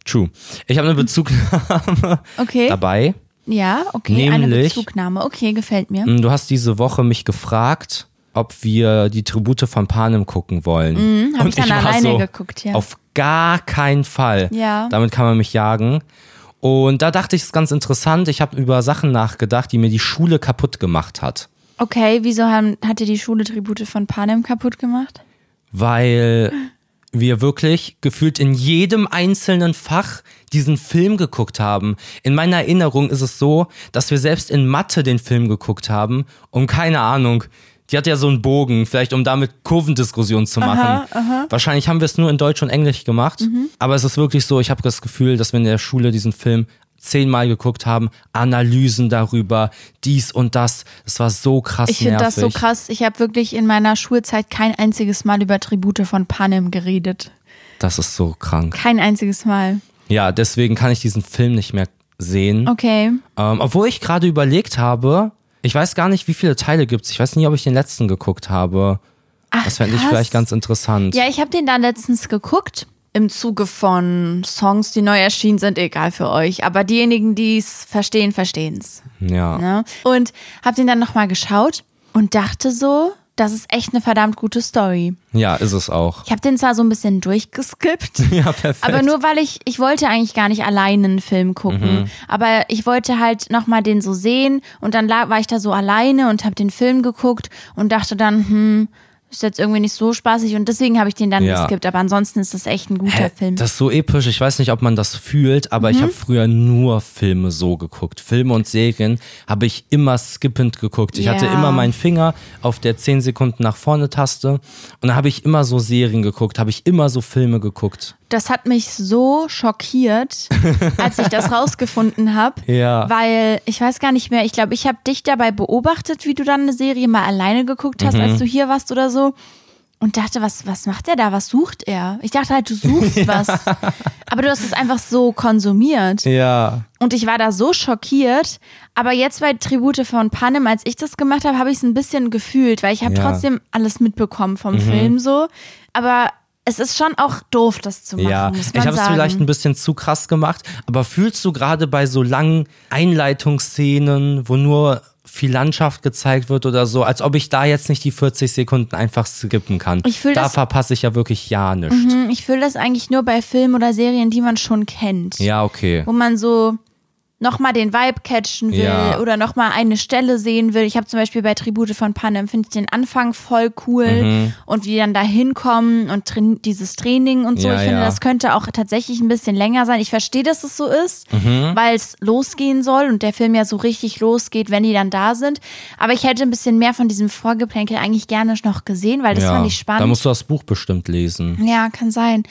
B: true. Ich habe eine Bezugnahme
A: Okay.
B: dabei.
A: Ja, okay. Eine
B: Nämlich-
A: Bezugnahme. Okay, gefällt mir.
B: Hm, Du hast diese Woche mich gefragt, ob wir die Tribute von Panem gucken wollen.
A: Mhm, hab ich dann alleine geguckt, ja.
B: Auf gar keinen Fall.
A: Ja.
B: Damit kann man mich jagen. Und da dachte ich, es ist ganz interessant. Ich habe über Sachen nachgedacht, die mir die Schule kaputt gemacht hat.
A: Okay, wieso haben, hat dir die Schule Tribute von Panem kaputt gemacht?
B: weil wir wirklich gefühlt in jedem einzelnen Fach diesen Film geguckt haben. In meiner Erinnerung ist es so, dass wir selbst in Mathe den Film geguckt haben, um keine Ahnung. Die hat ja so einen Bogen, vielleicht um damit Kurvendiskussion zu machen. Wahrscheinlich haben wir es nur in Deutsch und Englisch gemacht.
A: Mhm.
B: Aber es ist wirklich so, ich habe das Gefühl, dass wir in der Schule diesen Film zehnmal geguckt haben, Analysen darüber, dies und das. Es war so krass
A: Ich finde das so
B: nervig.
A: krass. Ich habe wirklich in meiner Schulzeit kein einziges Mal über Tribute von Panem geredet.
B: Das ist so krank.
A: Kein einziges Mal.
B: Ja, deswegen kann ich diesen Film nicht mehr sehen.
A: Okay.
B: Ähm, obwohl ich gerade überlegt habe, ich weiß gar nicht, wie viele Teile gibt's. Ich weiß nie, ob ich den letzten geguckt habe.
A: Ach,
B: Das fände ich
A: krass.
B: vielleicht ganz interessant.
A: Ja, ich habe den da letztens geguckt. Im Zuge von Songs, die neu erschienen sind, egal für euch. Aber diejenigen, die es verstehen, verstehen's.
B: Ja.
A: Ne? Und habe den dann nochmal geschaut und dachte so, das ist echt eine verdammt gute Story.
B: ja, ist es auch.
A: Ich habe den zwar so ein bisschen durchgeskippt,
B: Ja, perfekt.
A: aber nur weil ich, ich wollte eigentlich gar nicht alleine einen Film gucken.
B: Mhm.
A: Aber ich wollte halt nochmal den so sehen und dann la- war ich da so alleine und habe den Film geguckt und dachte dann, hm, ist jetzt irgendwie nicht so spaßig und deswegen habe ich den dann
B: Ja.
A: geskippt. Aber ansonsten ist das echt ein guter
B: Hä,
A: Film. Mhm.
B: Das ist so episch. Ich weiß nicht, ob man das fühlt, aber ich habe früher nur Filme so geguckt. Filme und Serien habe ich immer skippend geguckt. Ich hatte
A: Ja.
B: immer meinen Finger auf der 10 Sekunden nach vorne Taste und da habe ich immer so Serien geguckt, habe ich immer so Filme geguckt.
A: Das hat mich so schockiert, als ich das rausgefunden habe.
B: Ja.
A: Weil ich weiß gar nicht mehr, ich glaube, ich habe dich dabei beobachtet, wie du dann eine Serie mal alleine geguckt hast, als du hier warst oder so. Und dachte, was, was macht er da? Was sucht er? Ich dachte halt, du suchst was. Aber du hast es einfach so konsumiert.
B: Ja.
A: Und ich war da so schockiert. Aber jetzt bei Tribute von Panem, als ich das gemacht habe, habe ich es ein bisschen gefühlt, weil ich habe
B: Ja. Mhm.
A: trotzdem alles mitbekommen vom Film so. Aber es ist schon auch doof, das zu machen,
B: Ja,
A: muss
B: ich
A: man
B: habe es
A: sagen.
B: vielleicht ein bisschen zu krass gemacht, aber fühlst du gerade bei so langen Einleitungsszenen, wo nur viel Landschaft gezeigt wird oder so, als ob ich da jetzt nicht die 40 Sekunden einfach skippen kann?
A: Ich fühl
B: da
A: das-
B: verpasse ich ja wirklich ja nichts.
A: Hm, ich fühle das eigentlich nur bei Filmen oder Serien, die man schon kennt.
B: Ja, okay.
A: Wo man so nochmal den Vibe catchen will
B: Ja.
A: oder nochmal eine Stelle sehen will. Ich habe zum Beispiel bei Tribute von Panem, finde ich den Anfang voll cool
B: Mhm.
A: und wie die dann da hinkommen und train dieses Training und so.
B: Ja,
A: ich finde,
B: ja.
A: das könnte auch tatsächlich ein bisschen länger sein. Ich verstehe, dass es so ist,
B: Mhm.
A: weil es losgehen soll und der Film ja so richtig losgeht, wenn die dann da sind. Aber ich hätte ein bisschen mehr von diesem Vorgeplänkel eigentlich gerne noch gesehen, weil das
B: ja.
A: fand ich spannend.
B: Da musst du das Buch bestimmt lesen.
A: Ja, kann sein.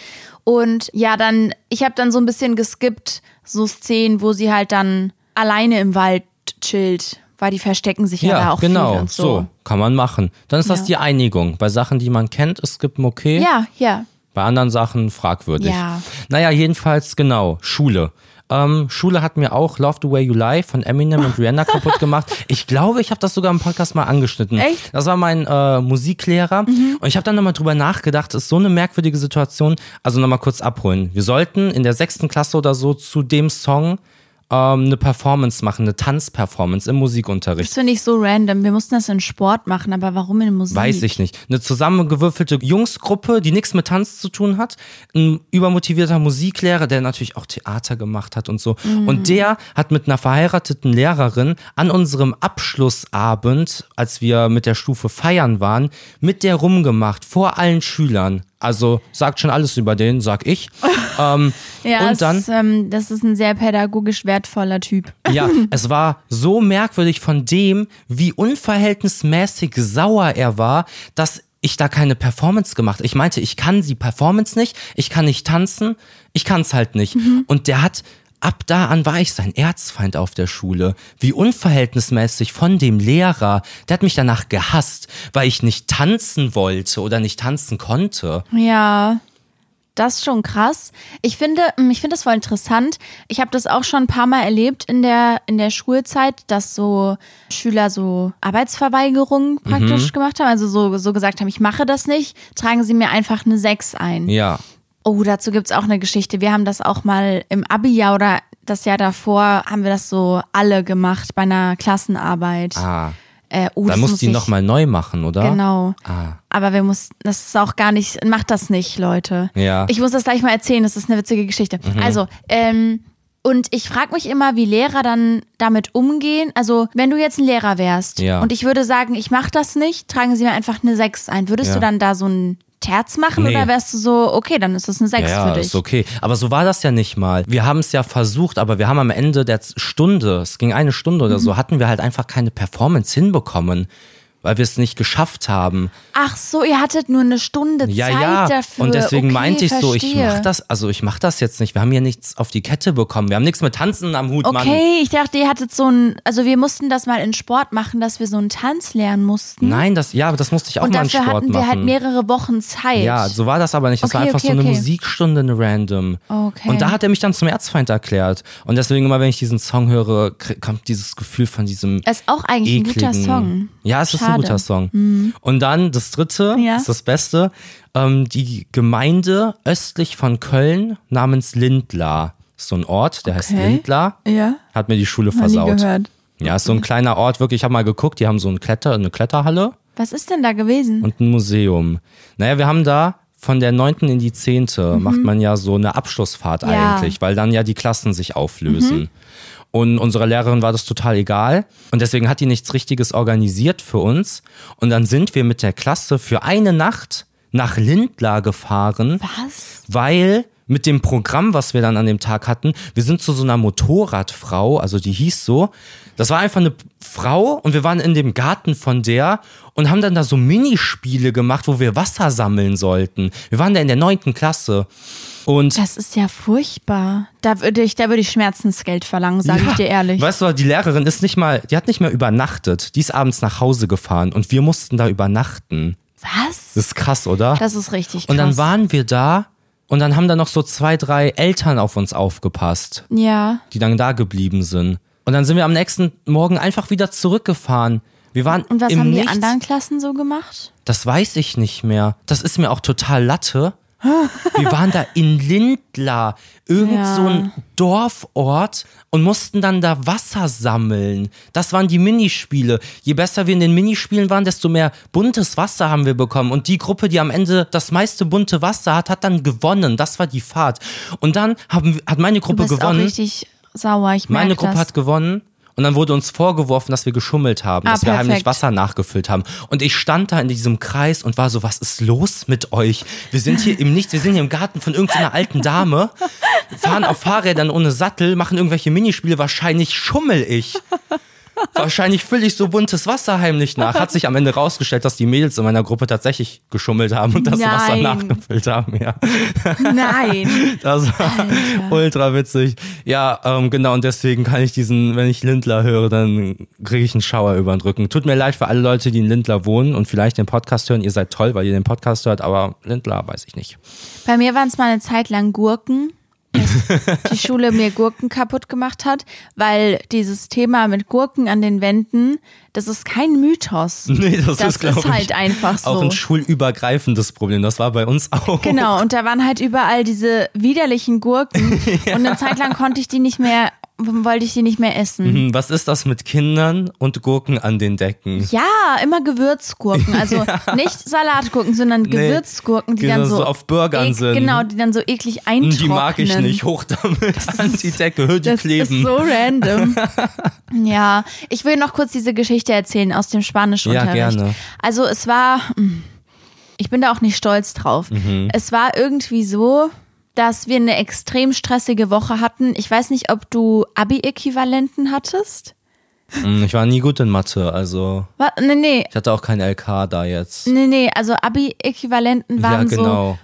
A: Und ja, dann, ich habe dann so ein bisschen geskippt, so Szenen, wo sie halt dann alleine im Wald chillt, weil die verstecken sich ja, da
B: Ja,
A: auch viel
B: genau,
A: und so.
B: so kann man machen. Dann ist das
A: Ja.
B: die Einigung. Bei Sachen, die man kennt, ist skippen okay.
A: Ja, ja.
B: Bei anderen Sachen fragwürdig.
A: Ja.
B: Naja, jedenfalls genau, Schule. Ähm, Schule hat mir auch Love the Way You Lie von Eminem und Rihanna kaputt gemacht. Ich glaube, ich habe das sogar im Podcast mal angeschnitten.
A: Echt? Mhm.
B: Das war mein äh, Musiklehrer. Und ich habe dann nochmal drüber nachgedacht, ist so eine merkwürdige Situation. Also nochmal kurz abholen. Wir sollten in der sechsten Klasse oder so zu dem Song ähm, eine Performance machen, eine Tanzperformance im Musikunterricht.
A: Das finde ich so random. Wir mussten das in Sport machen, aber warum in Musik?
B: Weiß ich nicht. Eine zusammengewürfelte Jungsgruppe, die nichts mit Tanz zu tun hat. Ein übermotivierter Musiklehrer, der natürlich auch Theater gemacht hat und so. Und der hat mit einer verheirateten Lehrerin an unserem Abschlussabend, als wir mit der Stufe feiern waren, mit der rumgemacht, vor allen Schülern. Also sagt schon alles über den, sag ich. ähm,
A: Ja,
B: und
A: es,
B: dann
A: ist, ähm, das ist ein sehr pädagogisch wertvoller Typ.
B: Ja, es war so merkwürdig von dem, wie unverhältnismäßig sauer er war, dass ich da keine Performance gemacht. Ich meinte, ich kann die Performance nicht, ich kann nicht tanzen, ich kann's halt nicht.
A: Mhm.
B: Und der hat ab da an war ich sein Erzfeind auf der Schule. Wie unverhältnismäßig von dem Lehrer. Der hat mich danach gehasst, weil ich nicht tanzen wollte oder nicht tanzen konnte.
A: Ja, das ist schon krass. Ich finde, ähm, ich finde das voll interessant. Ich habe das auch schon ein paar Mal erlebt in der, in der Schulzeit, dass so Schüler so
B: Mhm.
A: Arbeitsverweigerungen praktisch gemacht haben. Also so, so gesagt haben, ich mache das nicht, tragen Sie mir einfach eine 6 ein.
B: Ja.
A: Oh, dazu gibt's auch eine Geschichte. Wir haben das auch mal im Abi-Jahr oder das Jahr davor haben wir das so alle gemacht bei einer Klassenarbeit.
B: Ah,
A: Äh, oh,
B: dann
A: das
B: muss
A: muss
B: die
A: ich-
B: nochmal neu machen, oder?
A: Genau.
B: Ah.
A: Aber wir mussten, das ist auch gar nicht, macht das nicht, Leute.
B: Ja. Mhm.
A: Ich muss das gleich mal erzählen, das ist eine witzige Geschichte. Also, ähm, und ich frage mich immer, wie Lehrer dann damit umgehen. Also, wenn du jetzt ein Lehrer wärst
B: Ja.
A: und ich würde sagen, ich mache das nicht, tragen sie mir einfach eine 6 ein. Würdest
B: Ja.
A: du dann da so ein Terz machen
B: Nee.
A: oder wärst du so, okay, dann ist das eine 6
B: Ja,
A: für dich?
B: ist okay. Aber so war das ja nicht mal. Wir haben es ja versucht, aber wir haben am Ende der Z- Stunde, es ging eine Stunde oder
A: Mhm.
B: so, hatten wir halt einfach keine Performance hinbekommen, weil wir es nicht geschafft haben.
A: Ach so, ihr hattet nur eine Stunde
B: Ja,
A: Zeit
B: ja.
A: dafür.
B: Und deswegen
A: okay,
B: meinte ich
A: verstehe.
B: so, ich mach das, also ich mach das jetzt nicht. Wir haben hier nichts auf die Kette bekommen. Wir haben nichts mit Tanzen am Hut, Mann.
A: Okay, ich dachte, ihr hattet so ein, also wir mussten das mal in Sport machen, dass wir so einen Tanz lernen mussten.
B: Nein, das, ja, aber das musste ich auch
A: Und
B: mal in
A: dafür
B: Sport
A: hatten wir
B: machen.
A: halt mehrere Wochen Zeit.
B: ja, so war das aber nicht. Das war
A: Okay,
B: einfach
A: okay,
B: so eine
A: okay.
B: Musikstunde, eine random.
A: Okay.
B: Und da hat er mich dann zum Erzfeind erklärt. Und deswegen immer, wenn ich diesen Song höre, krie- kommt dieses Gefühl von diesem
A: Ist auch eigentlich ein guter
B: ekligen-
A: Song.
B: Ja, es ist ein
A: Schade. Mhm.
B: guter Song. Und dann das dritte,
A: Ja.
B: ist das Beste, ähm, die Gemeinde östlich von Köln namens Lindlar. Ist so ein Ort, der heißt
A: Okay.
B: Lindlar.
A: Ja,
B: Hat mir die Schule
A: noch nie
B: versaut.
A: gehört. Mhm.
B: Ja, ist so ein kleiner Ort, wirklich. Ich habe mal geguckt, die haben so ein Kletter, eine Kletterhalle
A: Was ist denn da gewesen?
B: und ein Museum. Naja, wir haben da von der 9. in die 10. macht man ja so eine Abschlussfahrt
A: Ja.
B: eigentlich, weil dann ja die Klassen sich auflösen. Und unserer Lehrerin war das total egal. Und deswegen hat die nichts Richtiges organisiert für uns. Und dann sind wir mit der Klasse für eine Nacht nach Lindlar gefahren
A: Was?
B: weil mit dem Programm, was wir dann an dem Tag hatten, wir sind zu so einer Motorradfrau, also die hieß so. Das war einfach eine Frau und wir waren in dem Garten von der und haben dann da so Minispiele gemacht, wo wir Wasser sammeln sollten. Wir waren da in der neunten Klasse und
A: Das ist ja furchtbar. Da würde ich, da würde ich Schmerzensgeld verlangen, sage ich dir ehrlich.
B: Weißt du, die Lehrerin ist nicht mal, die hat nicht mehr übernachtet. Die ist abends nach Hause gefahren und wir mussten da übernachten.
A: Was?
B: Das ist krass, oder?
A: Das ist richtig krass.
B: und dann waren wir da und dann haben da noch so zwei, drei Eltern auf uns aufgepasst.
A: ja.
B: die dann da geblieben sind. Und dann sind wir am nächsten Morgen einfach wieder zurückgefahren. Wir waren
A: Und was
B: im
A: haben die
B: Nichts.
A: anderen Klassen so gemacht?
B: Das weiß ich nicht mehr. Das ist mir auch total Latte. Wir waren da in Lindlar, irgend
A: Ja.
B: so ein Dorfort und mussten dann da Wasser sammeln. Das waren die Minispiele. Je besser wir in den Minispielen waren, desto mehr buntes Wasser haben wir bekommen. Und die Gruppe, die am Ende das meiste bunte Wasser hat, hat dann gewonnen. Das war die Fahrt. Und dann haben, hat meine
A: Du
B: Gruppe
A: bist
B: gewonnen.
A: auch richtig sauer. Ich merk
B: Meine Gruppe
A: das.
B: hat gewonnen und dann wurde uns vorgeworfen, dass wir geschummelt haben,
A: Ah,
B: dass wir
A: perfekt.
B: heimlich Wasser nachgefüllt haben. Und ich stand da in diesem Kreis und war so, was ist los mit euch? Wir sind hier im Nichts, wir sind hier im Garten von irgendeiner alten Dame, fahren auf Fahrrädern ohne Sattel, machen irgendwelche Minispiele, wahrscheinlich schummel ich. Wahrscheinlich fülle ich so buntes Wasser heimlich nach. Hat sich am Ende rausgestellt, dass die Mädels in meiner Gruppe tatsächlich geschummelt haben und das Wasser
A: Nein.
B: nachgefüllt haben, ja.
A: Nein.
B: Das war ultra witzig. Ja, ähm, genau, und deswegen kann ich diesen, wenn ich Lindler höre, dann kriege ich einen Schauer über den Rücken. Tut mir leid für alle Leute, die in Lindler wohnen und vielleicht den Podcast hören. Ihr seid toll, weil ihr den Podcast hört, aber Lindler weiß ich nicht.
A: Bei mir waren es mal eine Zeit lang Gurken. dass die Schule mir Gurken kaputt gemacht hat, weil dieses Thema mit Gurken an den Wänden, das ist kein Mythos.
B: Nee, das,
A: Das
B: ist, glaube
A: ist
B: ich,
A: halt einfach so.
B: auch ein schulübergreifendes Problem. Das war bei uns auch.
A: Genau, und da waren halt überall diese widerlichen Gurken und eine Zeit lang konnte ich die nicht mehr, wollte ich die nicht mehr essen.
B: Hm, Was ist das mit Kindern und Gurken an den Decken?
A: Ja, immer Gewürzgurken, also nicht Salatgurken, sondern Gewürzgurken, die
B: genau,
A: dann so,
B: so auf Burgern
A: ek-
B: sind.
A: Genau, die dann so eklig
B: Hm,
A: eintrocknen.
B: Die mag ich nicht. Hoch damit an die Decke. Hör, die
A: Das
B: kleben.
A: ist so random. ja, ich will noch kurz diese Geschichte erzählen aus dem Spanischunterricht.
B: Ja, gerne.
A: Also es war, ich bin da auch nicht stolz drauf.
B: Mhm.
A: Es war irgendwie so, dass wir eine extrem stressige Woche hatten. Ich weiß nicht, ob du Abi-Äquivalenten hattest.
B: Hm, Ich war nie gut in Mathe, also
A: Was? Nee, nee.
B: ich hatte auch kein LK da jetzt.
A: Nee, nee, ne, also Abi-Äquivalenten waren so
B: genau.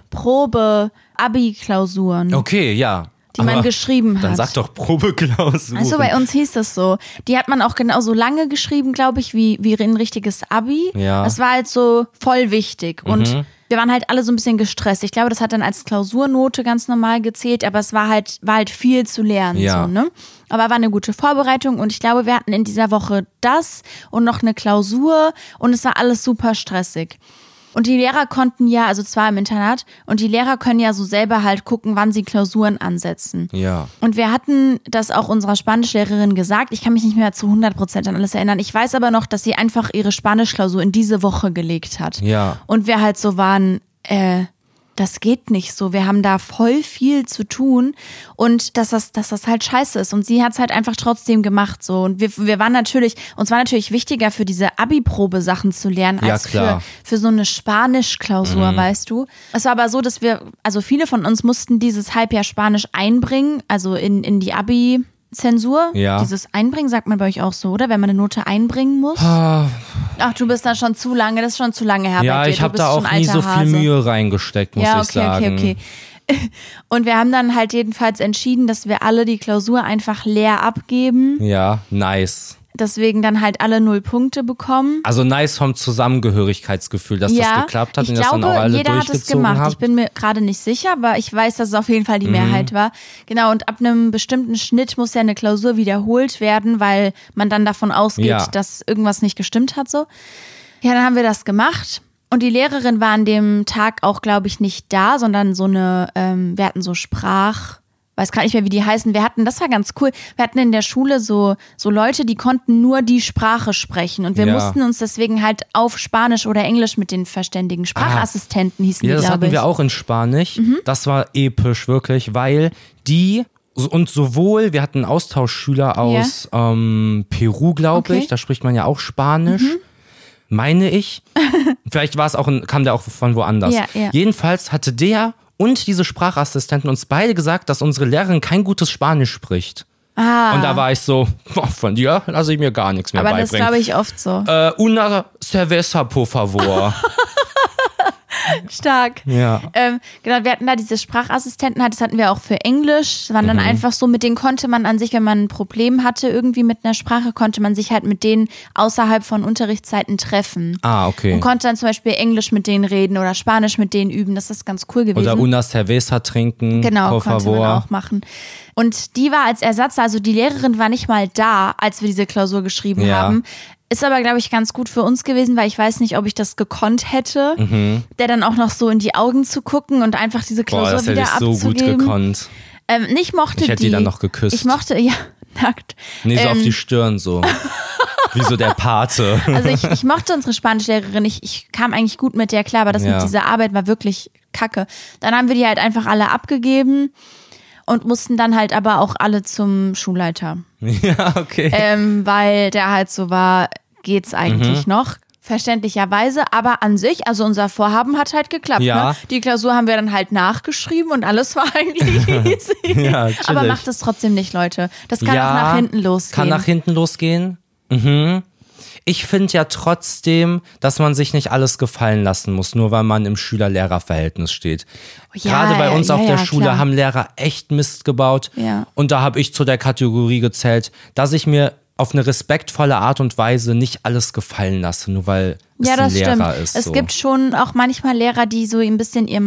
A: Probe-Abi-Klausuren,
B: Okay, ja.
A: die man geschrieben hat.
B: Dann sag doch Probeklausur.
A: Also bei uns hieß das so. Die hat man auch genauso lange geschrieben, glaube ich, wie, wie ein richtiges Abi.
B: Ja. Mhm.
A: Das war halt so voll wichtig. Und wir waren halt alle so ein bisschen gestresst. Ich glaube, das hat dann als Klausurnote ganz normal gezählt, aber es war halt, war halt viel zu lernen.
B: Ja.
A: So, ne? Aber war eine gute Vorbereitung und ich glaube, wir hatten in dieser Woche das und noch eine Klausur und es war alles super stressig. Und die Lehrer konnten ja, also zwar im Internat, und die Lehrer können ja so selber halt gucken, wann sie Klausuren ansetzen.
B: ja.
A: Und wir hatten das auch unserer Spanischlehrerin gesagt. Ich kann mich nicht mehr zu 100% an alles erinnern. Ich weiß aber noch, dass sie einfach ihre Spanischklausur in diese Woche gelegt hat.
B: Ja.
A: Und wir halt so waren, äh, das geht nicht so. Wir haben da voll viel zu tun und dass das, dass das halt scheiße ist. Und sie hat es halt einfach trotzdem gemacht so. Und wir, wir waren natürlich, uns war natürlich wichtiger für diese Abi-Probe Sachen zu lernen
B: Ja,
A: als für,
B: klar.
A: für so eine
B: Mhm.
A: Spanisch-Klausur, weißt du. Es war aber so, dass wir, also viele von uns mussten dieses Halbjahr Spanisch einbringen, also in, in die Abi-Zensur.
B: Ja.
A: Dieses Einbringen sagt man bei euch auch so, oder? Wenn man eine Note einbringen muss.
B: Ah,
A: Ach, du bist da schon zu lange, das ist schon zu lange her bei
B: ja,
A: dir.
B: ich
A: Du
B: habe
A: bist
B: da
A: schon
B: auch nie
A: alter
B: so viel
A: Hase.
B: Mühe reingesteckt, muss
A: Ja,
B: ich
A: okay,
B: sagen.
A: okay, okay. Und wir haben dann halt jedenfalls entschieden, dass wir alle die Klausur einfach leer abgeben,
B: Ja, nice.
A: deswegen dann halt alle null Punkte bekommen.
B: Also nice vom Zusammengehörigkeitsgefühl, dass
A: ja,
B: das geklappt hat
A: ich
B: und dass
A: glaube,
B: dann auch alle
A: jeder hat es
B: durchgezogen
A: gemacht.
B: haben. Mhm.
A: Ich bin mir gerade nicht sicher, aber ich weiß, dass es auf jeden Fall die Mehrheit war. Genau, und ab einem bestimmten Schnitt muss ja eine Klausur wiederholt werden, weil man dann davon ausgeht,
B: Ja.
A: dass irgendwas nicht gestimmt hat so. Ja, dann haben wir das gemacht. Und die Lehrerin war an dem Tag auch, glaube ich, nicht da, sondern so eine, ähm, wir hatten so Sprach, weiß gar nicht mehr, wie die heißen. Wir hatten, das war ganz cool, wir hatten in der Schule so, so Leute, die konnten nur die Sprache sprechen. Und wir
B: Ja.
A: mussten uns deswegen halt auf Spanisch oder Englisch mit den verständigen Sprachassistenten hießen
B: Ah. Ja,
A: die,
B: das
A: glaube
B: hatten
A: ich. Mhm.
B: wir auch in Spanisch. Das war episch, wirklich, weil die und sowohl, wir hatten Austauschschüler aus ähm, Peru, glaube
A: Okay. Mhm.
B: ich, da spricht man ja auch Spanisch, meine ich. Vielleicht war es auch, in, kam der auch von woanders.
A: Ja, ja.
B: Jedenfalls hatte der und diese Sprachassistenten uns beide gesagt, dass unsere Lehrerin kein gutes Spanisch spricht.
A: Ah,
B: Und da war ich so, boah, von dir lasse ich mir gar nichts mehr
A: aber das ist,
B: beibringen.
A: glaube ich, oft so.
B: äh, una cerveza, por favor.
A: Stark.
B: Äh, ja.
A: Ähm, genau, wir hatten da diese Sprachassistenten, das hatten wir auch für Englisch. Das waren
B: Mhm.
A: dann einfach so, mit denen konnte man an sich, wenn man ein Problem hatte, irgendwie mit einer Sprache, konnte man sich halt mit denen außerhalb von Unterrichtszeiten treffen.
B: Ah, okay.
A: Und konnte dann zum Beispiel Englisch mit denen reden oder Spanisch mit denen üben. Das ist ganz cool gewesen.
B: Oder una cerveza trinken.
A: Genau,
B: por
A: konnte
B: favor.
A: man auch machen. Und die war als Ersatz, also die Lehrerin war nicht mal da, als wir diese Klausur geschrieben
B: Ja.
A: haben. Ist aber, glaube ich, ganz gut für uns gewesen, weil ich weiß nicht, ob ich das gekonnt hätte, der dann auch noch so in die Augen zu gucken und einfach diese
B: Mhm. Boah,
A: Klausur
B: das hätte
A: wieder
B: ich so gut
A: abzugeben.
B: gekonnt.
A: Ähm, ich mochte
B: Ich hätte die dann noch geküsst.
A: Ich mochte, ja, nackt.
B: Nee, so
A: ähm,
B: auf die Stirn so. Wie so der Pate.
A: Also ich, ich mochte unsere Spanischlehrerin, ich, ich kam eigentlich gut mit der klar, aber das
B: Ja.
A: mit dieser Arbeit war wirklich kacke. Dann haben wir die halt einfach alle abgegeben und mussten dann halt aber auch alle zum Schulleiter.
B: ja, okay.
A: Ähm, weil der halt so war, geht's eigentlich
B: Mhm.
A: noch? Verständlicherweise, aber an sich, also unser Vorhaben hat halt geklappt.
B: Ja.
A: Ne? Die Klausur haben wir dann halt nachgeschrieben und alles war eigentlich easy.
B: Ja, chillig.
A: aber macht es trotzdem nicht, Leute. Das kann
B: ja,
A: auch nach hinten losgehen.
B: Kann nach hinten losgehen. Mhm. Ich finde ja trotzdem, dass man sich nicht alles gefallen lassen muss, nur weil man im Schüler-Lehrer-Verhältnis steht.
A: ja,
B: Gerade bei
A: ja,
B: uns auf
A: ja,
B: der
A: ja,
B: Schule
A: klar.
B: haben Lehrer echt Mist gebaut.
A: Ja.
B: Und da habe ich zu der Kategorie gezählt, dass ich mir auf eine respektvolle Art und Weise nicht alles gefallen lasse, nur weil es
A: ja, das
B: ein Lehrer
A: stimmt.
B: ist.
A: es
B: so.
A: gibt schon auch manchmal Lehrer, die so ein bisschen ihr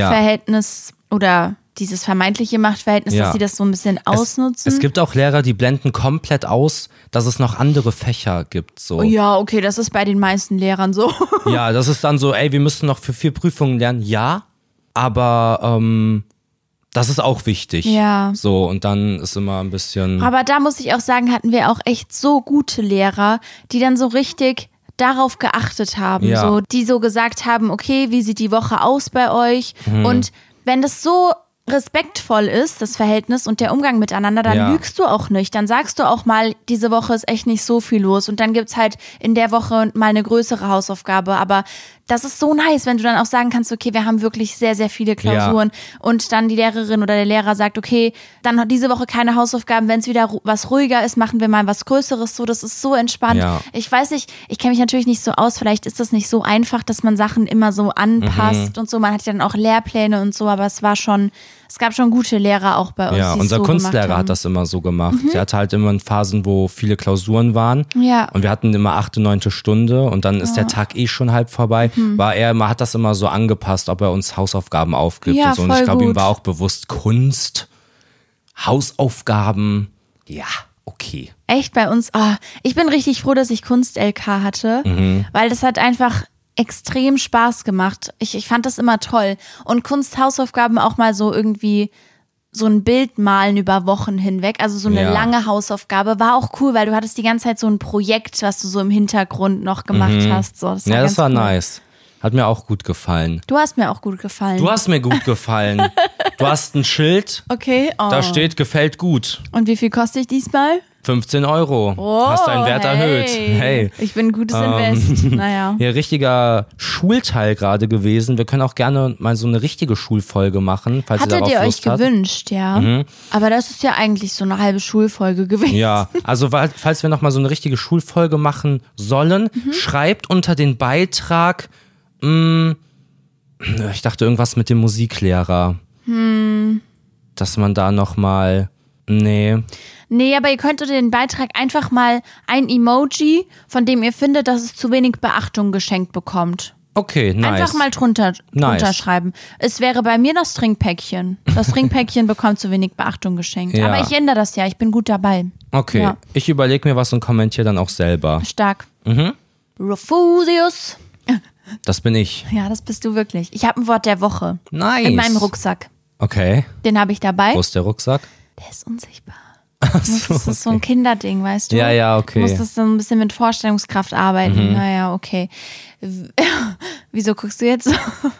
A: Machtverhältnis oder dieses vermeintliche Machtverhältnis,
B: Ja.
A: dass sie das so ein bisschen ausnutzen.
B: Es gibt auch Lehrer, die blenden komplett aus, dass es noch andere Fächer gibt. So.
A: oh, ja, okay, das ist bei den meisten Lehrern so.
B: Ja, das ist dann so, ey, wir müssen noch für vier Prüfungen lernen. Ja, aber ähm, das ist auch wichtig.
A: Ja.
B: So, und dann ist immer ein bisschen.
A: Aber da muss ich auch sagen, hatten wir auch echt so gute Lehrer, die dann so richtig darauf geachtet haben,
B: Ja. Mhm.
A: so die so gesagt haben, okay, wie sieht die Woche aus bei euch und wenn das so respektvoll ist, das Verhältnis und der Umgang miteinander, dann
B: Ja.
A: lügst du auch nicht. Dann sagst du auch mal, diese Woche ist echt nicht so viel los und dann gibt's halt in der Woche mal eine größere Hausaufgabe. Aber das ist so nice, wenn du dann auch sagen kannst, okay, wir haben wirklich sehr, sehr viele Klausuren und dann die Lehrerin oder der Lehrer sagt, okay, dann hat diese Woche keine Hausaufgaben, wenn es wieder ru- was ruhiger ist, machen wir mal was Größeres. So, das ist so entspannt.
B: Ja.
A: Ich weiß nicht, ich kenne mich natürlich nicht so aus, vielleicht ist das nicht so einfach, dass man Sachen immer so anpasst
B: Mhm.
A: und so. Man hat ja dann auch Lehrpläne und so, aber es war schon, es gab schon gute Lehrer auch bei uns.
B: Ja,
A: die es
B: unser
A: so
B: Kunstlehrer
A: gemacht haben.
B: hat das immer so gemacht. Der hatte halt immer in Phasen, wo viele Klausuren waren.
A: Ja.
B: Und wir hatten immer achte, neunte Stunde und dann ist der Tag eh schon halb vorbei.
A: Mhm.
B: War er immer, hat das immer so angepasst, ob er uns Hausaufgaben aufgibt
A: Ja,
B: und so. Und
A: voll
B: ich glaube, ihm
A: gut.
B: war auch bewusst Kunst, Hausaufgaben. Ja, okay.
A: Echt bei uns, oh, ich bin richtig froh, dass ich Kunst-LK hatte,
B: Mhm.
A: weil das hat einfach extrem Spaß gemacht. Ich, ich fand das immer toll. Und Kunsthausaufgaben auch mal so irgendwie so ein Bild malen über Wochen hinweg, also so eine
B: Ja.
A: lange Hausaufgabe, war auch cool, weil du hattest die ganze Zeit so ein Projekt, was du so im Hintergrund noch gemacht hast. So, das war
B: Mhm. ja, das
A: ganz
B: war
A: cool.
B: nice. Hat mir auch gut gefallen.
A: Du hast mir auch gut gefallen.
B: Du hast mir gut gefallen. du hast ein Schild,
A: okay, oh.
B: da steht, gefällt gut.
A: Und wie viel koste ich diesmal?
B: 15 Euro.
A: Oh,
B: hast deinen Wert
A: hey.
B: erhöht. Hey. Ähm.
A: Ich bin ein gutes Invest. Naja.
B: Ja, richtiger Schulteil gerade gewesen. Wir können auch gerne mal so eine richtige Schulfolge machen, falls ihr
A: Hattet
B: darauf
A: ihr euch
B: Lust habt. Mhm.
A: gewünscht, ja. Aber das ist ja eigentlich so eine halbe Schulfolge gewesen.
B: Ja, also wa- falls wir nochmal so eine richtige Schulfolge machen sollen,
A: Mhm.
B: schreibt unter den Beitrag, mh, ich dachte irgendwas mit dem Musiklehrer,
A: Hm.
B: dass man da nochmal, nee,
A: Nee, aber ihr könnt unter den Beitrag einfach mal ein Emoji, von dem ihr findet, dass es zu wenig Beachtung geschenkt bekommt.
B: okay, nice.
A: Einfach mal drunter, drunter schreiben. Es wäre bei mir das Trinkpäckchen. Das Trinkpäckchen bekommt zu wenig Beachtung geschenkt.
B: Ja.
A: Aber ich ändere das ja. Ich bin gut dabei.
B: Okay,
A: Ja.
B: ich überlege mir was und kommentiere dann auch selber.
A: Stark.
B: Mhm.
A: Refusius.
B: Das bin ich.
A: Ja, das bist du wirklich. Ich habe ein Wort der Woche.
B: Nice.
A: In meinem Rucksack.
B: Okay,
A: Den habe ich dabei.
B: wo ist der Rucksack?
A: Der ist unsichtbar. Das ist so ein Kinderding, weißt du?
B: Ja, ja, okay. Mhm.
A: Du musst das dann ein bisschen mit Vorstellungskraft arbeiten. Naja, okay. W- Wieso guckst du jetzt so?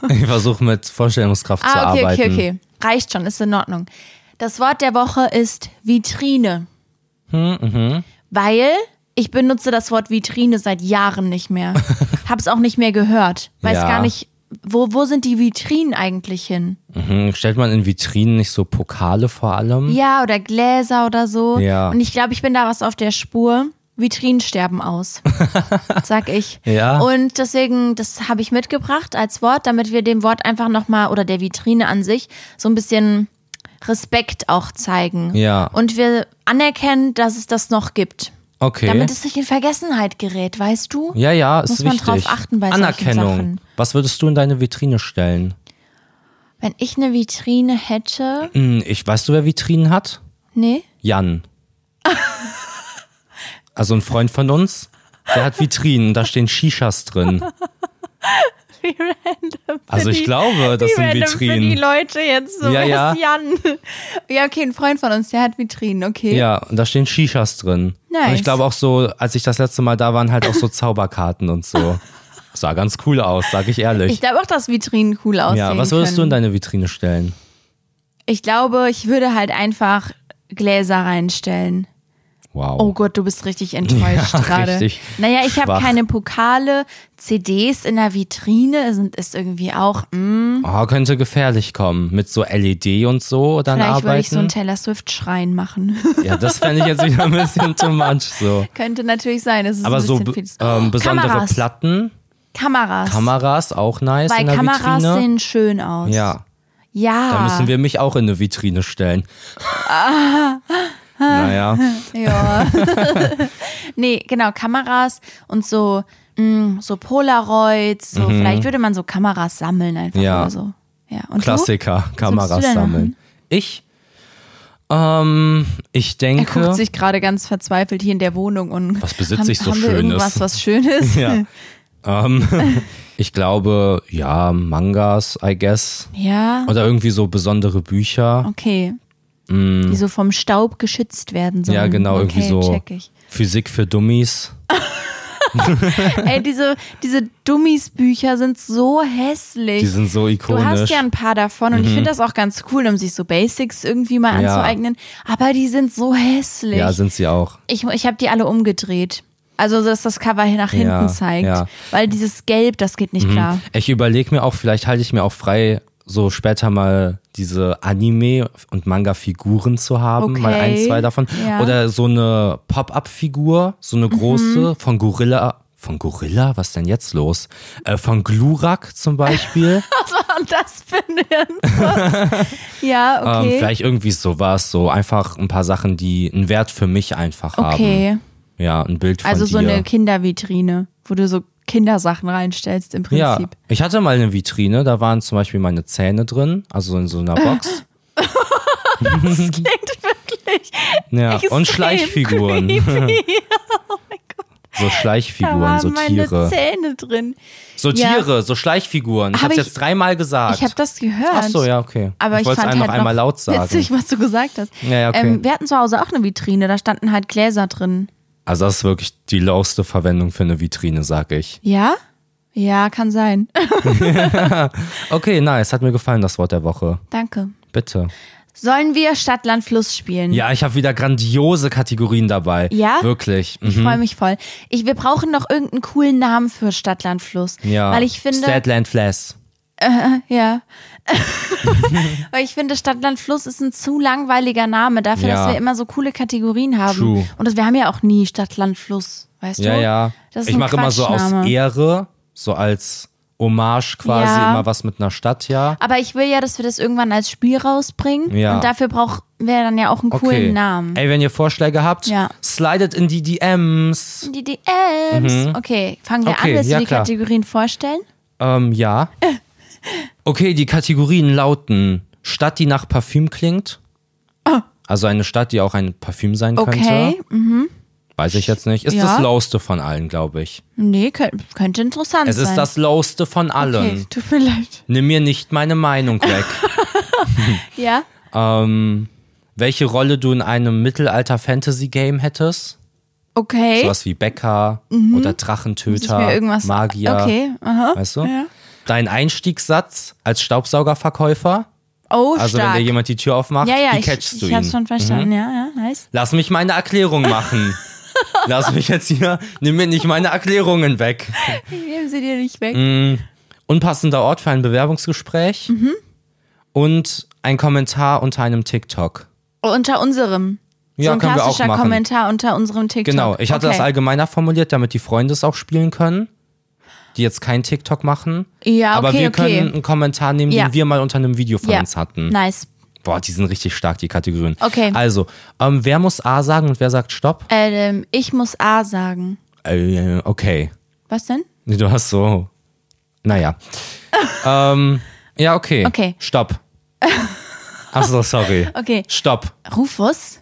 B: Ich versuche mit Vorstellungskraft zu
A: ah, okay,
B: arbeiten.
A: okay, okay. Reicht schon, ist in Ordnung. Das Wort der Woche ist Vitrine.
B: Hm, mhm.
A: Weil ich benutze das Wort Vitrine seit Jahren nicht mehr. Hab's auch nicht mehr gehört. Weiß
B: Ja.
A: gar nicht, wo, wo sind die Vitrinen eigentlich hin?
B: Mhm. Stellt man in Vitrinen nicht so Pokale vor allem?
A: Ja, oder Gläser oder so.
B: Ja.
A: Und ich glaube, ich bin da was auf der Spur. Vitrinen sterben aus, sag ich.
B: Ja.
A: Und deswegen, das habe ich mitgebracht als Wort, damit wir dem Wort einfach nochmal oder der Vitrine an sich so ein bisschen Respekt auch zeigen.
B: Ja.
A: Und wir anerkennen, dass es das noch gibt.
B: Okay.
A: Damit es nicht in Vergessenheit gerät, weißt du?
B: ja, ja, ist
A: Muss man
B: wichtig.
A: drauf achten bei solchen
B: Anerkennung.
A: Sachen.
B: Was würdest du in deine Vitrine stellen?
A: Wenn ich eine Vitrine hätte.
B: Hm, Ich weißt du, wer Vitrinen hat?
A: Nee.
B: Jan. also ein Freund von uns, der hat Vitrinen, da stehen Shishas drin.
A: Wie random.
B: Also ich glaube, das
A: Wie
B: sind
A: random Für die
B: Vitrinen.
A: Leute jetzt so.
B: Ja,
A: wer
B: ja.
A: Ist Jan. Ja, okay, ein Freund von uns, der hat Vitrinen, okay.
B: Ja, und da stehen Shishas drin. Und
A: Nice.
B: ich glaube auch so, als ich das letzte Mal da war, waren halt auch so Zauberkarten und so. Sah ganz cool aus, sag ich ehrlich.
A: Ich glaube auch, dass Vitrinen cool aussehen.
B: ja, was würdest du in
A: können.
B: deine Vitrine stellen?
A: Ich glaube, ich würde halt einfach Gläser reinstellen.
B: Wow.
A: Oh Gott, du bist richtig enttäuscht
B: Ja,
A: gerade.
B: richtig
A: Naja, ich habe
B: schwach.
A: keine Pokale. CDs in der Vitrine sind ist irgendwie auch. hm, Mh,
B: Oh, könnte gefährlich kommen. Mit so LED und so dann
A: vielleicht würde ich so einen
B: arbeiten.
A: Taylor Swift-Schrein machen.
B: ja, das fände ich jetzt wieder ein bisschen too much. So.
A: Könnte natürlich sein. Es ist
B: Aber
A: ein
B: so
A: bisschen
B: be-
A: viel. Oh,
B: ähm, besondere
A: Kameras.
B: Platten,
A: Kameras.
B: Kameras auch nice
A: Weil
B: in der
A: Kameras
B: Vitrine.
A: sehen schön aus.
B: ja,
A: Ja.
B: da müssen wir mich auch in eine Vitrine stellen.
A: Ah.
B: naja,
A: Ja. nee, genau, Kameras und so, mh, so Polaroids, so, vielleicht würde man so Kameras sammeln einfach
B: Mhm. Ja.
A: oder so. Ja. Und
B: Klassiker,
A: würdest du
B: Kameras
A: denn
B: sammeln. Ich, ähm, ich
A: Du? Er guckt
B: denke,
A: sich gerade ganz verzweifelt hier in der Wohnung und
B: Was besitze
A: haben,
B: ich so
A: haben wir
B: Schönes?
A: irgendwas, was Schönes?
B: ja, ähm, ich glaube, ja, Mangas, I guess.
A: Ja.
B: Oder irgendwie so besondere Bücher.
A: Okay. Die so vom Staub geschützt werden sollen.
B: Mm. Ja, genau,
A: Mhm. okay,
B: irgendwie so
A: Check ich.
B: Physik für Dummies.
A: Ey, diese, diese Dummies-Bücher sind so hässlich.
B: Die sind so ikonisch.
A: Du hast ja ein paar davon und ich finde das auch ganz cool, um sich so Basics irgendwie mal
B: Mhm. Ja.
A: anzueignen. Aber die sind so hässlich.
B: ja, also sind sie auch.
A: ich ich habe die alle umgedreht. Also, dass das Cover hier nach
B: Ja, Mhm.
A: hinten zeigt.
B: ja.
A: Weil dieses Gelb, das geht nicht klar.
B: Ich überlege mir auch, vielleicht halte ich mir auch frei, so später mal diese Anime- und Manga-Figuren zu haben,
A: Okay.
B: mal ein, zwei davon.
A: Ja. Mhm.
B: Oder so eine Pop-Up-Figur, so eine große von Gorilla. Von Gorilla? Was denn jetzt los? Äh, von Glurak zum Beispiel.
A: Und das finde ich. ja,
B: ähm,
A: okay.
B: vielleicht irgendwie sowas. So einfach ein paar Sachen, die einen Wert für mich einfach haben.
A: okay.
B: Ja, ein Bild von
A: Also
B: dir.
A: so eine Kindervitrine, wo du so Kindersachen reinstellst im
B: Ja,
A: Prinzip.
B: ich hatte mal eine Vitrine, da waren zum Beispiel meine Zähne drin, also in so einer Box. das klingt wirklich. Ja,
A: extrem
B: und Schleichfiguren. so
A: Oh Da
B: Schleichfiguren,
A: waren
B: so
A: meine
B: Tiere.
A: Zähne drin.
B: So
A: Ja.
B: Tiere, so Schleichfiguren. Ich
A: Hab
B: hab's
A: ich-
B: jetzt dreimal gesagt.
A: Ich habe das gehört.
B: Ach so, ja, okay.
A: Aber ich,
B: ich wollte es
A: fand
B: einem
A: halt
B: noch einmal laut sagen.
A: Witzig, was du gesagt hast.
B: Ja, ja, okay.
A: ähm, wir hatten zu Hause auch eine Vitrine, da standen halt Gläser drin.
B: Also das ist wirklich die lauste Verwendung für eine Vitrine, sag ich.
A: Ja? Ja, kann sein.
B: Okay, nice, hat mir gefallen das Wort der Woche.
A: Danke.
B: Bitte.
A: Sollen wir Stadt, Land, Fluss spielen?
B: Ja, ich habe wieder grandiose Kategorien dabei.
A: Ja?
B: Wirklich. Mhm.
A: Ich freue mich voll. Ich, wir brauchen noch irgendeinen coolen Namen für Stadt, Land, Fluss.
B: Ja.
A: Weil ich finde,
B: Statland Flash.
A: Ja. Weil ich finde, Stadt, Land, Fluss ist ein zu langweiliger Name dafür,
B: Ja.
A: dass wir immer so coole Kategorien haben.
B: True.
A: Und das, wir haben ja auch nie Stadt, Land, Fluss, weißt
B: Ja,
A: du?
B: ja.
A: Das ist
B: ich
A: ein
B: mache immer so aus
A: Quatschname.
B: Ehre, so als Hommage quasi
A: Ja.
B: immer was mit einer Stadt, ja.
A: Aber ich will ja, dass wir das irgendwann als Spiel rausbringen.
B: Ja.
A: Und dafür brauchen wir dann ja auch einen coolen
B: Okay.
A: Namen.
B: Ey, wenn ihr Vorschläge habt,
A: Ja.
B: slidet in die DMs.
A: Die DMs. Okay, fangen wir
B: Mhm. Okay,
A: an. Willst
B: ja,
A: du die
B: klar.
A: Kategorien vorstellen?
B: Ähm, ja. Okay, die Kategorien lauten Stadt, die nach Parfüm klingt. Also eine Stadt, die auch ein Parfüm sein
A: Ah. Okay.
B: könnte. Weiß ich jetzt nicht. Ist
A: Ja.
B: das Lowste von allen, glaube ich.
A: Nee, könnte, könnte interessant
B: Es
A: sein.
B: ist das Lowste von allen.
A: Okay, tut mir leid.
B: Nimm mir nicht meine Meinung weg.
A: Ja?
B: ähm, welche Rolle du in einem Mittelalter-Fantasy-Game hättest?
A: Okay.
B: Sowas wie Bäcker oder Drachentöter,
A: Mhm. mir irgendwas-
B: Magier.
A: Okay, aha,
B: Weißt du?
A: ja.
B: Dein Einstiegssatz als Staubsaugerverkäufer.
A: Oh,
B: Also,
A: stark.
B: wenn dir jemand die Tür aufmacht,
A: ja, ja,
B: wie
A: ich,
B: catchst du
A: ich
B: ihn?
A: hab's schon verstanden.
B: Mhm.
A: Ja, ja, nice.
B: Lass mich meine Erklärung machen. Lass mich jetzt hier, nimm mir nicht meine Erklärungen weg.
A: Nehmen sie dir nicht weg.
B: Mhm. Unpassender Ort für ein Bewerbungsgespräch
A: Mhm.
B: und ein Kommentar unter einem TikTok.
A: Oh, Unter unserem. so
B: Ja,
A: ein
B: können wir auch
A: klassischer
B: machen.
A: Kommentar unter unserem TikTok.
B: Genau, ich hatte
A: okay.
B: das allgemeiner formuliert, damit die Freunde es auch spielen können, die jetzt kein TikTok machen.
A: Ja,
B: Aber
A: Ah, okay,
B: wir
A: okay.
B: können einen Kommentar nehmen,
A: Ja.
B: den wir mal unter einem Video von
A: ja.
B: uns hatten.
A: Nice.
B: Boah, die sind richtig stark, die Kategorien.
A: Okay.
B: Also, ähm, wer muss A sagen und wer sagt Stopp?
A: Ähm, ich muss A sagen.
B: Äh, okay.
A: Was denn?
B: Nee, Du hast so. Naja. ähm, ja, okay.
A: Okay.
B: Stopp. Achso, sorry.
A: Okay. Ähm,
B: Stopp.
A: Rufus?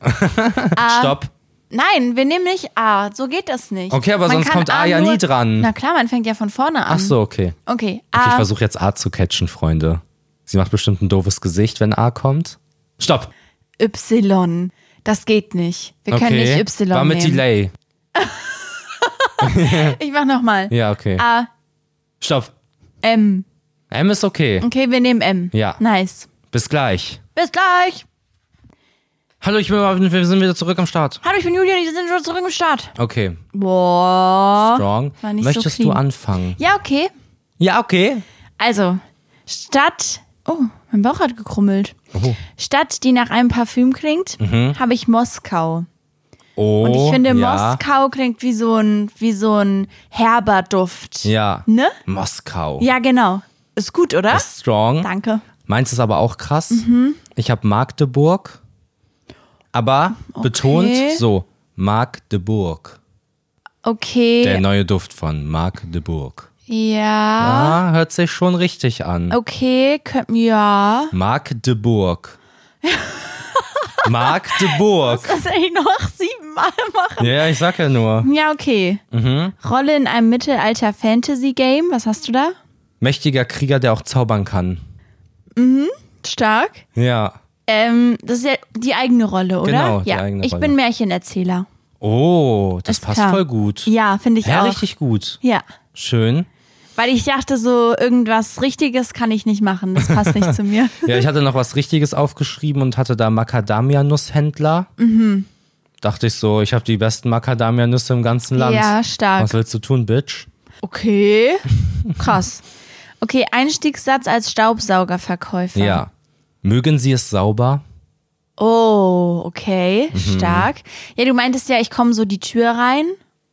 B: Stopp.
A: Nein, wir nehmen nicht A. So geht das nicht.
B: Okay, aber
A: Man
B: sonst
A: kann
B: kommt A ja
A: nur-
B: nie dran.
A: Na klar, man fängt ja von vorne an.
B: Achso, okay.
A: Okay,
B: Okay, ich
A: A.
B: versuche jetzt A zu catchen, Freunde. Sie macht bestimmt ein doofes Gesicht, wenn A kommt. Stopp.
A: Y. Das geht nicht. Wir
B: Okay.
A: können nicht Y
B: War mit
A: nehmen.
B: Delay.
A: Ich mach nochmal.
B: Ja, okay.
A: A.
B: Stopp.
A: M.
B: M ist okay.
A: Okay, wir nehmen M.
B: Ja.
A: Nice.
B: Bis gleich.
A: Bis gleich.
B: Hallo, ich bin, wir sind wieder zurück am Start.
A: Hallo, ich bin Julian, wir sind schon zurück im Start.
B: Okay.
A: Boah.
B: Strong.
A: war nicht so
B: Möchtest du
A: clean.
B: anfangen?
A: Ja, okay.
B: Ja, okay.
A: Also, Stadt. Oh, mein Bauch hat gekrummelt.
B: Oh.
A: Stadt, die nach einem Parfüm klingt,
B: Mhm.
A: habe ich Moskau.
B: Oh,
A: Und ich finde,
B: ja.
A: Moskau klingt wie so ein, wie so ein herber Duft.
B: Ja.
A: Ne?
B: Moskau.
A: Ja, genau. Ist gut, oder?
B: Strong.
A: Danke.
B: Meins ist aber auch krass.
A: Mhm.
B: Ich habe Magdeburg, aber betont so Magdeburg. Der
A: Okay.
B: neue Duft von Magdeburg.
A: Ja.
B: Ah, hört sich schon richtig
A: Oh.
B: an.
A: Okay, könnten ja.
B: Magdeburg. Magdeburg.
A: Das hätte ich noch siebenmal machen.
B: Ja, ich sag ja nur.
A: Ja, okay.
B: Mhm.
A: Rolle in einem Mittelalter-Fantasy-Game. Was hast du da?
B: Mächtiger Krieger, der auch zaubern kann.
A: Stark.
B: Ja.
A: Ähm, das ist ja die eigene Rolle, oder?
B: Genau, die
A: ja.
B: eigene
A: ich
B: Rolle.
A: bin Märchenerzähler.
B: Oh, das
A: Es
B: passt
A: kam.
B: voll gut.
A: Ja, finde ich
B: Ja,
A: auch.
B: richtig gut.
A: Ja.
B: Schön.
A: Weil ich dachte, so irgendwas Richtiges kann ich nicht machen. Das passt nicht zu mir.
B: Ja, ich hatte noch was Richtiges aufgeschrieben und hatte da Macadamia-Nusshändler. Mhm. Dachte ich so, ich habe die besten Macadamia-Nüsse im ganzen Land.
A: Ja, stark.
B: Was willst du tun, Bitch?
A: Okay. Krass. Okay, Einstiegssatz als Staubsaugerverkäufer.
B: Ja. Mögen Sie es sauber?
A: Oh,
B: Mhm.
A: okay. Stark. Ja, du meintest ja, ich komme so die Tür rein,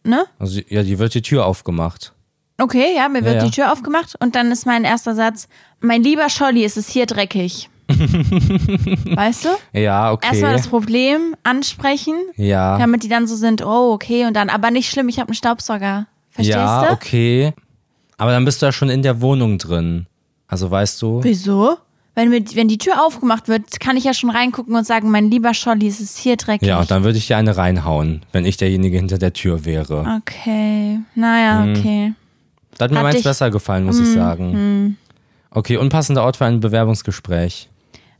A: ne?
B: Also, ja, die wird die Tür aufgemacht.
A: Okay, ja, mir wird
B: Ja, ja.
A: die Tür aufgemacht und dann ist mein erster Satz, mein lieber Scholli, es ist hier dreckig. weißt du?
B: Ja, okay.
A: Erstmal das Problem ansprechen,
B: ja.
A: damit die dann so sind, oh, okay, und dann, aber nicht schlimm, ich habe einen Staubsauger. Verstehst
B: ja,
A: du?
B: okay. Aber dann bist du ja schon in der Wohnung drin. Also weißt du,
A: Wieso? Wenn, mir, wenn die Tür aufgemacht wird, kann ich ja schon reingucken und sagen, mein lieber Scholli, es ist hier dreckig.
B: ja, und dann würde ich dir eine reinhauen, wenn ich derjenige hinter der Tür wäre.
A: okay, naja,
B: Hm.
A: okay.
B: Da hat mir
A: Ah, Hat
B: meins
A: dich- Hm,
B: besser gefallen, muss ich sagen. Okay, unpassender Ort für ein Bewerbungsgespräch.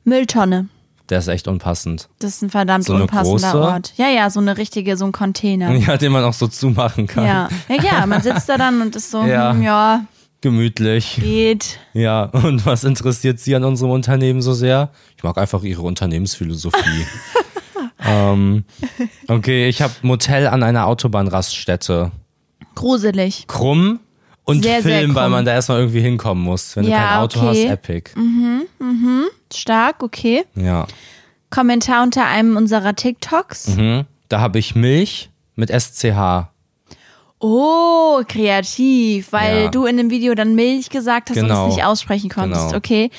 A: Mülltonne.
B: Der ist echt unpassend.
A: Das ist ein verdammt
B: So eine
A: unpassender
B: große?
A: Ort. Ja, ja, so eine richtige, so ein Container.
B: Ja, den man auch so zumachen kann.
A: Ja. ja, ja, man sitzt da dann und ist so,
B: Ja.
A: ja, hm, ja
B: Gemütlich.
A: geht.
B: Ja, und was interessiert Sie an unserem Unternehmen so sehr? Ich mag einfach Ihre Unternehmensphilosophie. ähm, okay, ich habe Motel an einer Autobahnraststätte.
A: Gruselig.
B: Krumm und
A: Sehr, sehr
B: Film, weil
A: krumm.
B: man da erstmal irgendwie hinkommen muss. Wenn
A: Ja,
B: du kein Auto
A: okay. Mhm.
B: hast, epic.
A: Stark, okay.
B: Ja.
A: Kommentar unter einem unserer TikToks.
B: Hm. Da habe ich Milch mit SCH.
A: Oh, kreativ, weil
B: Ja.
A: du in dem Video dann Milch gesagt hast
B: Genau.
A: und es nicht aussprechen konntest.
B: Genau.
A: Okay.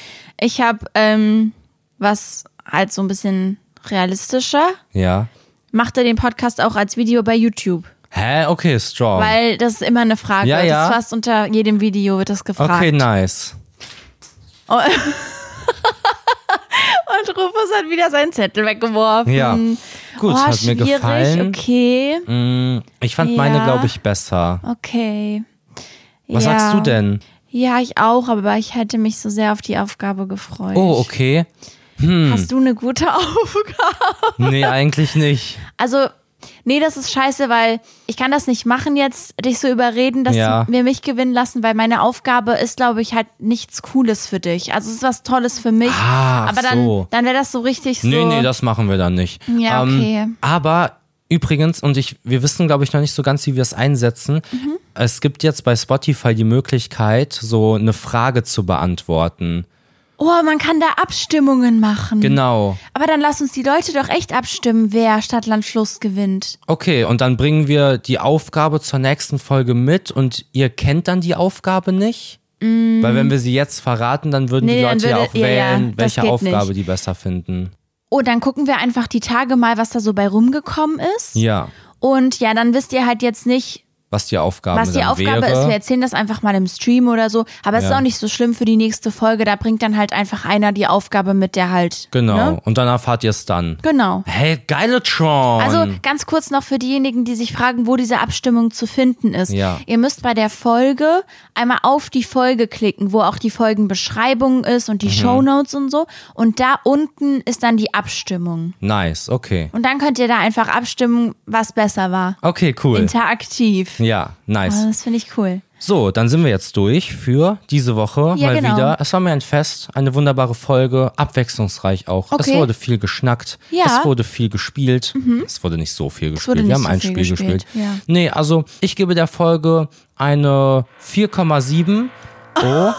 A: Ich habe ähm, was halt so ein bisschen realistischer.
B: Ja.
A: Macht er den Podcast auch als Video bei YouTube?
B: Hä? Okay, strong.
A: Weil das ist immer eine Frage.
B: Oh. Ja,
A: das
B: ja.
A: ist fast unter jedem Video wird das gefragt. Oh.
B: okay, nice.
A: Und Rufus hat wieder seinen Zettel weggeworfen.
B: Ja. Gut,
A: oh,
B: hat
A: schwierig.
B: mir gefallen.
A: Okay,
B: Mm, Ich fand meine,
A: Ja.
B: glaube ich, besser.
A: okay.
B: Was
A: ja.
B: sagst du denn?
A: Ja, ich auch, aber ich hätte mich so sehr auf die Aufgabe gefreut.
B: Oh, okay. Hm.
A: Hast du eine gute Aufgabe?
B: Nee, eigentlich nicht.
A: Also, nee, das ist scheiße, weil ich kann das nicht machen jetzt, dich so überreden, dass
B: Ja.
A: du mir mich gewinnen lassen, weil meine Aufgabe ist, glaube ich, halt nichts Cooles für dich. Also es ist was Tolles für mich.
B: Ah, ach
A: aber dann,
B: so.
A: dann wäre das so richtig so.
B: Nee, nee, das machen wir dann nicht. Ähm,
A: Ja, okay.
B: aber übrigens, und ich, wir wissen, glaube ich, noch nicht so ganz, wie wir es einsetzen.
A: Mhm.
B: Es gibt jetzt bei Spotify die Möglichkeit, so eine Frage zu beantworten.
A: oh, man kann da Abstimmungen machen.
B: Genau.
A: Aber dann lass uns die Leute doch echt abstimmen, wer Stadtland Fluss gewinnt.
B: Okay, und dann bringen wir die Aufgabe zur nächsten Folge mit und ihr kennt dann die Aufgabe nicht? Weil wenn wir sie jetzt verraten, dann würden die
A: Mhm. Nee, dann
B: Leute ja
A: würde-
B: auch
A: ja, ja,
B: wählen,
A: das
B: welche
A: geht
B: Aufgabe
A: nicht.
B: die besser finden.
A: Oh, dann gucken wir einfach die Tage mal, was da so bei rumgekommen ist.
B: Ja,
A: Und ja, dann wisst ihr halt jetzt nicht,
B: was die Aufgabe
A: was die
B: dann
A: Aufgabe
B: wäre.
A: ist. Wir erzählen das einfach mal im Stream oder so. Aber es ist
B: Ja.
A: auch nicht so schlimm für die nächste Folge. Da bringt dann halt einfach einer die Aufgabe mit, der halt.
B: Genau,
A: Ne?
B: und dann erfahrt ihr es dann.
A: Genau.
B: Hey, geile Tron!
A: Also ganz kurz noch für diejenigen, die sich fragen, wo diese Abstimmung zu finden ist.
B: Ja.
A: Ihr müsst bei der Folge einmal auf die Folge klicken, wo auch die Folgenbeschreibung ist
B: Mhm.
A: und die Shownotes und so. Und da unten ist dann die Abstimmung.
B: nice, okay.
A: Und dann könnt ihr da einfach abstimmen, was besser war.
B: Okay, cool.
A: Interaktiv.
B: ja,
A: Also
B: nice.
A: das finde ich cool.
B: So, dann sind wir jetzt durch für diese Woche
A: Ja,
B: mal
A: genau.
B: wieder. Es war mir ein Fest, eine wunderbare Folge, abwechslungsreich auch. Es
A: Okay.
B: wurde viel geschnackt,
A: Ja. Mhm.
B: es wurde viel gespielt. Es wurde nicht so viel gespielt.
A: wurde nicht
B: wir haben
A: so
B: ein
A: viel
B: Spiel gespielt.
A: gespielt, ja.
B: Nee, also ich gebe der Folge eine 4,7. Oh,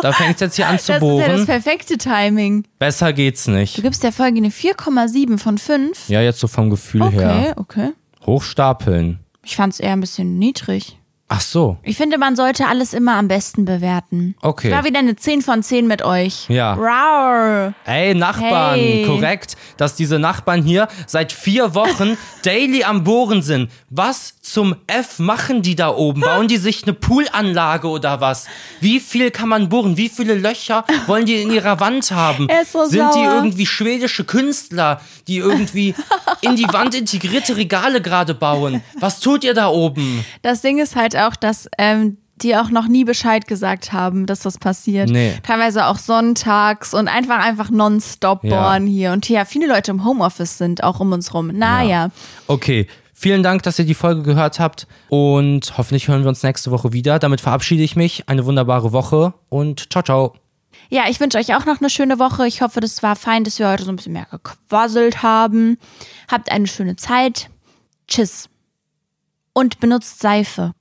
B: da fängt es jetzt hier an zu
A: Das ist ja das
B: bohren.
A: perfekte Timing.
B: Besser geht's
A: Du
B: nicht.
A: gibst der Folge eine 4,7 von 5.
B: Ja, jetzt so vom Gefühl
A: Okay,
B: her.
A: okay.
B: Hochstapeln.
A: Ich fand es eher ein bisschen niedrig.
B: Ach so.
A: Ich finde, man sollte alles immer am besten bewerten.
B: Okay.
A: Es war wieder eine 10 von 10 mit euch.
B: Ja.
A: Rawr.
B: Ey, Nachbarn,
A: Hey.
B: korrekt, dass diese Nachbarn hier seit vier Wochen daily am Bohren sind. Was zum F machen die da oben? Bauen die sich eine Poolanlage oder was? Wie viel kann man bohren? Wie viele Löcher wollen die in ihrer Wand haben?
A: Er ist so
B: sind die
A: sauer.
B: irgendwie schwedische Künstler, die irgendwie in die Wand integrierte Regale gerade bauen? Was tut ihr da oben?
A: Das Ding ist halt auch, dass ähm, die auch noch nie Bescheid gesagt haben, dass das passiert.
B: Nee.
A: Teilweise auch sonntags und einfach einfach nonstop
B: Ja.
A: bohren hier. Und ja, viele Leute im Homeoffice sind auch um uns rum. Naja.
B: Okay, Vielen Dank, dass ihr die Folge gehört habt und hoffentlich hören wir uns nächste Woche wieder. Damit verabschiede ich mich. Eine wunderbare Woche und ciao, ciao.
A: Ja, ich wünsche euch auch noch eine schöne Woche. Ich hoffe, das war fein, dass wir heute so ein bisschen mehr gequasselt haben. Habt eine schöne Zeit. Tschüss. Und benutzt Seife.